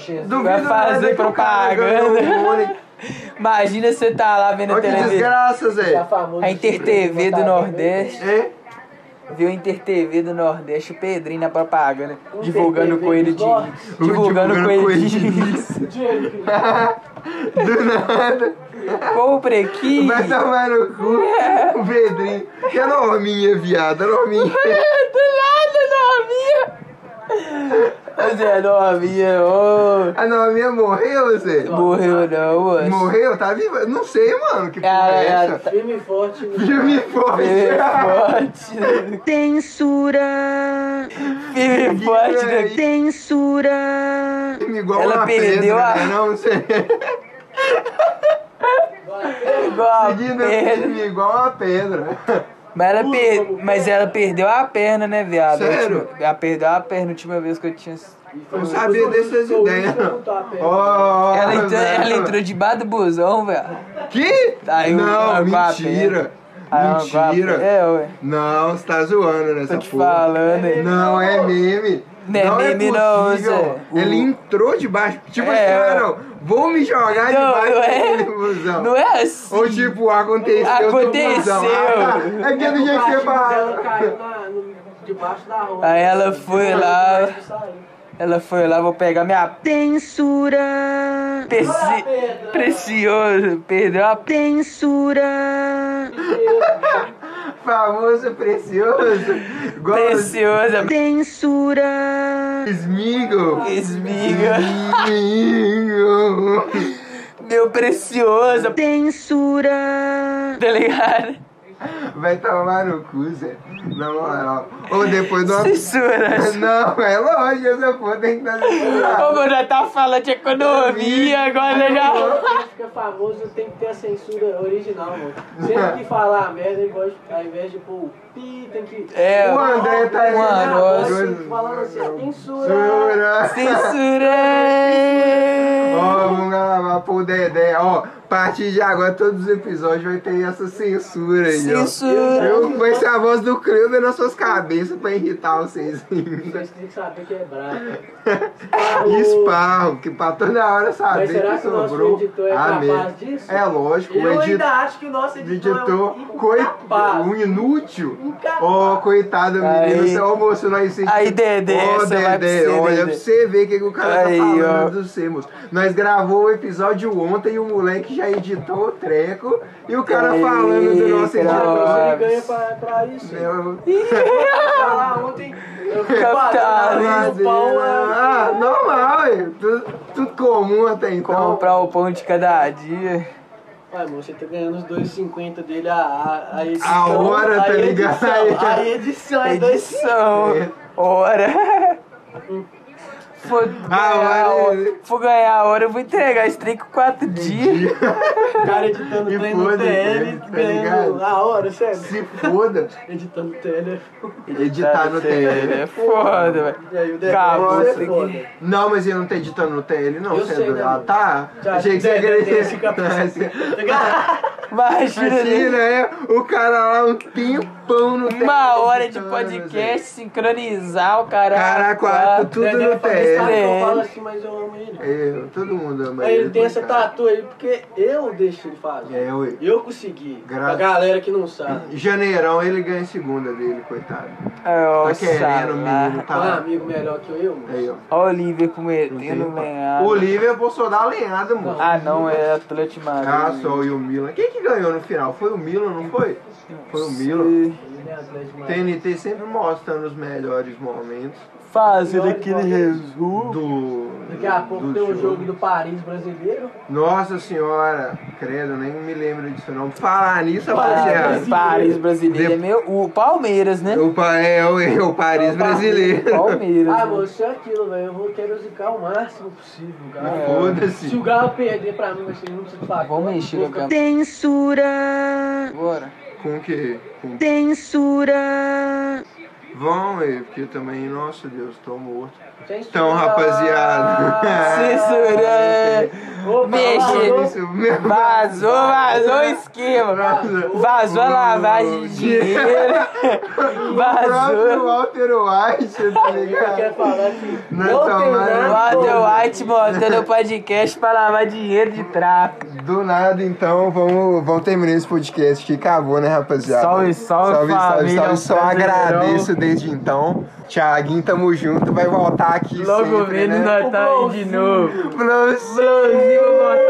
Speaker 3: filho.
Speaker 1: Duvido
Speaker 3: Vai
Speaker 1: nada
Speaker 3: fazer
Speaker 1: que o cara ganhou
Speaker 3: propaganda.
Speaker 1: um money.
Speaker 3: Imagina você tá lá vendo a
Speaker 1: Olha que
Speaker 3: televisão.
Speaker 1: desgraça, Zé.
Speaker 2: famoso.
Speaker 3: A Inter TV do Nordeste.
Speaker 1: É?
Speaker 3: viu o InterTV do Nordeste, o Pedrinho na propaganda,
Speaker 2: O
Speaker 3: divulgando o
Speaker 2: InterTV
Speaker 3: coelho
Speaker 2: do
Speaker 3: de.
Speaker 2: Norte.
Speaker 3: Divulgando o coelho de.
Speaker 2: Diego,
Speaker 1: Do nada.
Speaker 3: Compre aqui!
Speaker 1: Vai tomar no cu. O Pedrinho. Que é norminha, viado. é Norminha.
Speaker 3: Do nada, novinha! Mas é novinha, ô!
Speaker 1: A norminha morreu, Zé?
Speaker 3: Morreu não, moço.
Speaker 1: Morreu? Tá viva? Não sei, mano. Que porra é
Speaker 3: Cara,
Speaker 1: essa?
Speaker 3: tá
Speaker 2: Firme e forte.
Speaker 1: Firme e
Speaker 3: firme e
Speaker 1: forte.
Speaker 3: forte.
Speaker 4: Censura,
Speaker 3: Firme e forte daqui.
Speaker 4: censura,
Speaker 1: Firme Igual
Speaker 3: Ela
Speaker 1: uma
Speaker 3: perdeu
Speaker 1: pedra,
Speaker 3: a-
Speaker 1: né? Não sei.
Speaker 3: Igual a
Speaker 1: Seguindo
Speaker 3: perna.
Speaker 1: firme igual uma pedra.
Speaker 3: Mas ela, per- Mas ela perdeu a perna, né, viado? A
Speaker 1: Sério?
Speaker 3: última- Ela perdeu a perna a última vez que eu tinha.
Speaker 1: Não sabia dessas ideias, não. Ó,
Speaker 3: Ela entrou,
Speaker 1: Ah, velho.
Speaker 3: ela entrou debaixo do busão, velho.
Speaker 1: Que?
Speaker 3: Aí eu-
Speaker 1: não,
Speaker 3: eu- com a
Speaker 1: mentira.
Speaker 3: Aí ela com a
Speaker 1: mentira.
Speaker 3: perna- É, ué.
Speaker 1: Não, você tá zoando nessa
Speaker 3: Tô te
Speaker 1: porra.
Speaker 3: falando aí.
Speaker 1: Não é meme.
Speaker 3: Não é meme, não, Zé. O-
Speaker 1: Ele entrou debaixo. Tipo
Speaker 3: É,
Speaker 1: assim,
Speaker 3: ó.
Speaker 1: "Ah, não, vou me jogar
Speaker 3: Não,
Speaker 1: debaixo
Speaker 3: não é.
Speaker 1: daquele busão.
Speaker 3: Não é assim.
Speaker 1: Ou tipo, aconteceu.
Speaker 3: Aconteceu.
Speaker 1: do busão. Ah, é aquele jeito que você
Speaker 2: Ela
Speaker 1: fala.
Speaker 2: caiu na, no, debaixo da roda.
Speaker 3: Aí ela foi
Speaker 1: é
Speaker 3: lá. Ela foi lá, vou pegar minha
Speaker 4: censura,
Speaker 3: preci... precioso. Perdeu a perna.
Speaker 4: censura,
Speaker 1: Famoso, precioso. Igual
Speaker 3: Preciosa.
Speaker 4: censura.
Speaker 1: Esmigo.
Speaker 3: Esmiga.
Speaker 1: Esmigo.
Speaker 3: Meu precioso.
Speaker 4: Censura,
Speaker 3: Tá ligado?
Speaker 1: Vai tomar no cu, Zé. Na moral. Ou depois do uma...
Speaker 3: Censura.
Speaker 1: Não, é longe essa porra, tem que estar censurado.
Speaker 3: Como já tá falando de economia, agora já.
Speaker 2: Quando fica famoso, tem que ter a censura original, mano. Sempre que falar merda, ele pode, ao invés de pôr o pi, tem que.
Speaker 3: É,
Speaker 1: O André tá aí.
Speaker 3: Mano,
Speaker 2: Assim, falando assim, censura.
Speaker 1: Censura.
Speaker 3: Censura.
Speaker 1: Ó, vamos gravar pro Dedé, ó. A partir de agora, todos os episódios vai ter essa censura aí, ó.
Speaker 3: Censura.
Speaker 1: Eu vai ser a voz do Kruger nas suas cabeças pra irritar vocês.
Speaker 2: Vocês têm que é saber quebrar.
Speaker 1: Esparro, que pra toda hora saber
Speaker 2: Mas será
Speaker 1: que
Speaker 2: que o nosso
Speaker 1: sobrou.
Speaker 2: editor é
Speaker 1: Amém.
Speaker 2: capaz disso?
Speaker 1: É lógico, o
Speaker 2: Eu
Speaker 1: editor.
Speaker 2: ainda acho que o nosso editor,
Speaker 1: Editor,
Speaker 2: é um
Speaker 1: coitado,
Speaker 2: incapaz.
Speaker 1: um inútil.
Speaker 2: Incapaz.
Speaker 1: Ô, coitado,
Speaker 3: Aí.
Speaker 1: menino, você almoçou nós sentimos.
Speaker 3: Aí, Dedé,
Speaker 1: Ô,
Speaker 3: essa vai pra
Speaker 1: Dedé,
Speaker 3: você,
Speaker 1: olha
Speaker 3: Dedé.
Speaker 1: pra você ver o que, que o cara
Speaker 3: Aí,
Speaker 1: tá falando
Speaker 3: ó.
Speaker 1: do você, moço. Nós gravou o episódio ontem e o moleque já editou o treco e o cara
Speaker 3: Aí,
Speaker 1: falando do nosso
Speaker 3: cara.
Speaker 1: editor.
Speaker 2: Ele ganha pra, pra isso.
Speaker 1: Meu-
Speaker 2: falar ontem, eu fui
Speaker 3: Capitalismo.
Speaker 2: batendo no pau, é,
Speaker 1: Ah, normal, é. tudo, tudo comum até então.
Speaker 3: Comprar o pão de cada dia.
Speaker 2: Ué, irmão, você tá ganhando os 2,50 dele a, a, a edição.
Speaker 1: A hora, tá ligado?
Speaker 2: Edição, a edição é 2,50.
Speaker 3: Edição. Hora. For
Speaker 1: Ah,
Speaker 3: ganhar, a
Speaker 1: olha.
Speaker 3: hora- for ganhar a hora, eu vou entregar esse trem com quatro dias.
Speaker 2: O cara editando
Speaker 1: E
Speaker 2: trem no
Speaker 1: foda-se,
Speaker 2: TL,
Speaker 1: tá
Speaker 2: ganhando
Speaker 1: ligado?
Speaker 2: a hora, sério.
Speaker 1: Se foda,
Speaker 3: Tá
Speaker 2: Editando TL.
Speaker 1: editar no TL.
Speaker 3: É foda, velho.
Speaker 2: E aí o
Speaker 3: Acabou,
Speaker 2: Dedé,
Speaker 1: você
Speaker 2: você é foda.
Speaker 1: Não, mas ele não tá editando no TL, não,
Speaker 2: Eu
Speaker 1: você
Speaker 2: sei,
Speaker 1: é doido.
Speaker 2: né,
Speaker 1: Ah,
Speaker 2: amigo?
Speaker 1: tá?
Speaker 2: Já,
Speaker 1: Achei que você
Speaker 2: Dedé,
Speaker 1: queria
Speaker 2: Dedé, fica Tá ligado?
Speaker 3: Imagina, né?
Speaker 1: Imagina, é? O cara lá um tempão no TL.
Speaker 3: Uma hora de
Speaker 1: editando, né,
Speaker 3: podcast, sincronizar o cara.
Speaker 1: Caraca, tudo
Speaker 2: Dedé
Speaker 1: no
Speaker 2: fala assim, sabe que
Speaker 3: TL.
Speaker 2: Eu falo assim, mas eu amo ele.
Speaker 1: Zé. Eu, É, todo mundo ama
Speaker 2: Aí ele tem essa
Speaker 1: coitado.
Speaker 2: tatu aí, porque eu deixo ele fazer.
Speaker 1: É, eu...
Speaker 2: Eu consegui.
Speaker 1: Graças-
Speaker 2: Pra galera que não sabe.
Speaker 1: Janeirão ele ganha a segunda dele, coitado. Tá
Speaker 3: Nossa,
Speaker 1: querendo, menino,
Speaker 3: lá.
Speaker 2: Tem um
Speaker 1: tá? É
Speaker 2: amigo melhor que eu, mano.
Speaker 1: Aí, ó.
Speaker 3: Olha o Lívia com
Speaker 1: Não
Speaker 3: metendo
Speaker 1: tem-
Speaker 3: lenhado.
Speaker 1: O Liverpool só dá lenhada, mano.
Speaker 3: Ah, não, é Atlético Madrid.
Speaker 1: Ah, só e o Milan. Quem que ganhou no final? Foi o Milan, não foi? Foi o Milan.
Speaker 2: Ele é atleta demais.
Speaker 1: TNT sempre mostrando os melhores momentos
Speaker 3: Fazendo aquele resumo.
Speaker 1: do.
Speaker 2: Daqui a pouco
Speaker 1: do
Speaker 2: tem o
Speaker 1: time.
Speaker 2: jogo do Paris brasileiro.
Speaker 1: Nossa senhora, credo, nem me lembro disso não. Falar nisso,
Speaker 3: Paris,
Speaker 1: rapaziada.
Speaker 3: Paris brasileiro é meu. O Palmeiras, né?
Speaker 1: O, pa- é, o, é o Paris brasileiro.
Speaker 3: Palmeiras.
Speaker 2: Ah,
Speaker 3: né?
Speaker 2: moço, é aquilo, velho. Eu vou querer zicar o máximo possível, cara. Se o
Speaker 1: Foda-se.
Speaker 2: Galo perder pra mim, vai ser muito satisfatório.
Speaker 3: Vamos mexer no campo.
Speaker 4: censura,
Speaker 3: Bora.
Speaker 1: Com o quê? Com...
Speaker 4: censura,
Speaker 1: Vão, é, porque também, nossa Deus, tô morto.
Speaker 2: Sem
Speaker 1: Então,
Speaker 2: segurar.
Speaker 1: rapaziada.
Speaker 3: Censura!
Speaker 2: Opa,
Speaker 3: Beijo.
Speaker 2: vazou.
Speaker 1: Isso, meu-
Speaker 3: Vazou, vazou o esquema.
Speaker 1: Vazou.
Speaker 3: Vazou a lavagem de dinheiro.
Speaker 1: O próprio
Speaker 3: Vazou.
Speaker 1: Walter White, tá
Speaker 2: Eu quero
Speaker 1: ligado?
Speaker 2: falar que
Speaker 1: Não,
Speaker 2: não
Speaker 1: tá
Speaker 2: tem
Speaker 1: mais-
Speaker 2: nada.
Speaker 3: Walter White montando o podcast pra lavar dinheiro de tráfico.
Speaker 1: Do nada, então, vamos, vamos terminar esse podcast que acabou, né, rapaziada?
Speaker 3: Salve, salve, família,
Speaker 1: salve,
Speaker 3: um
Speaker 1: Só
Speaker 3: brasileirão.
Speaker 1: agradeço desde então. Tiaguinho, tamo junto, vai voltar aqui
Speaker 3: Logo
Speaker 1: sempre,
Speaker 3: menos
Speaker 1: né?
Speaker 3: nós tá aí de novo.
Speaker 1: Blues.
Speaker 3: Brasil, Walter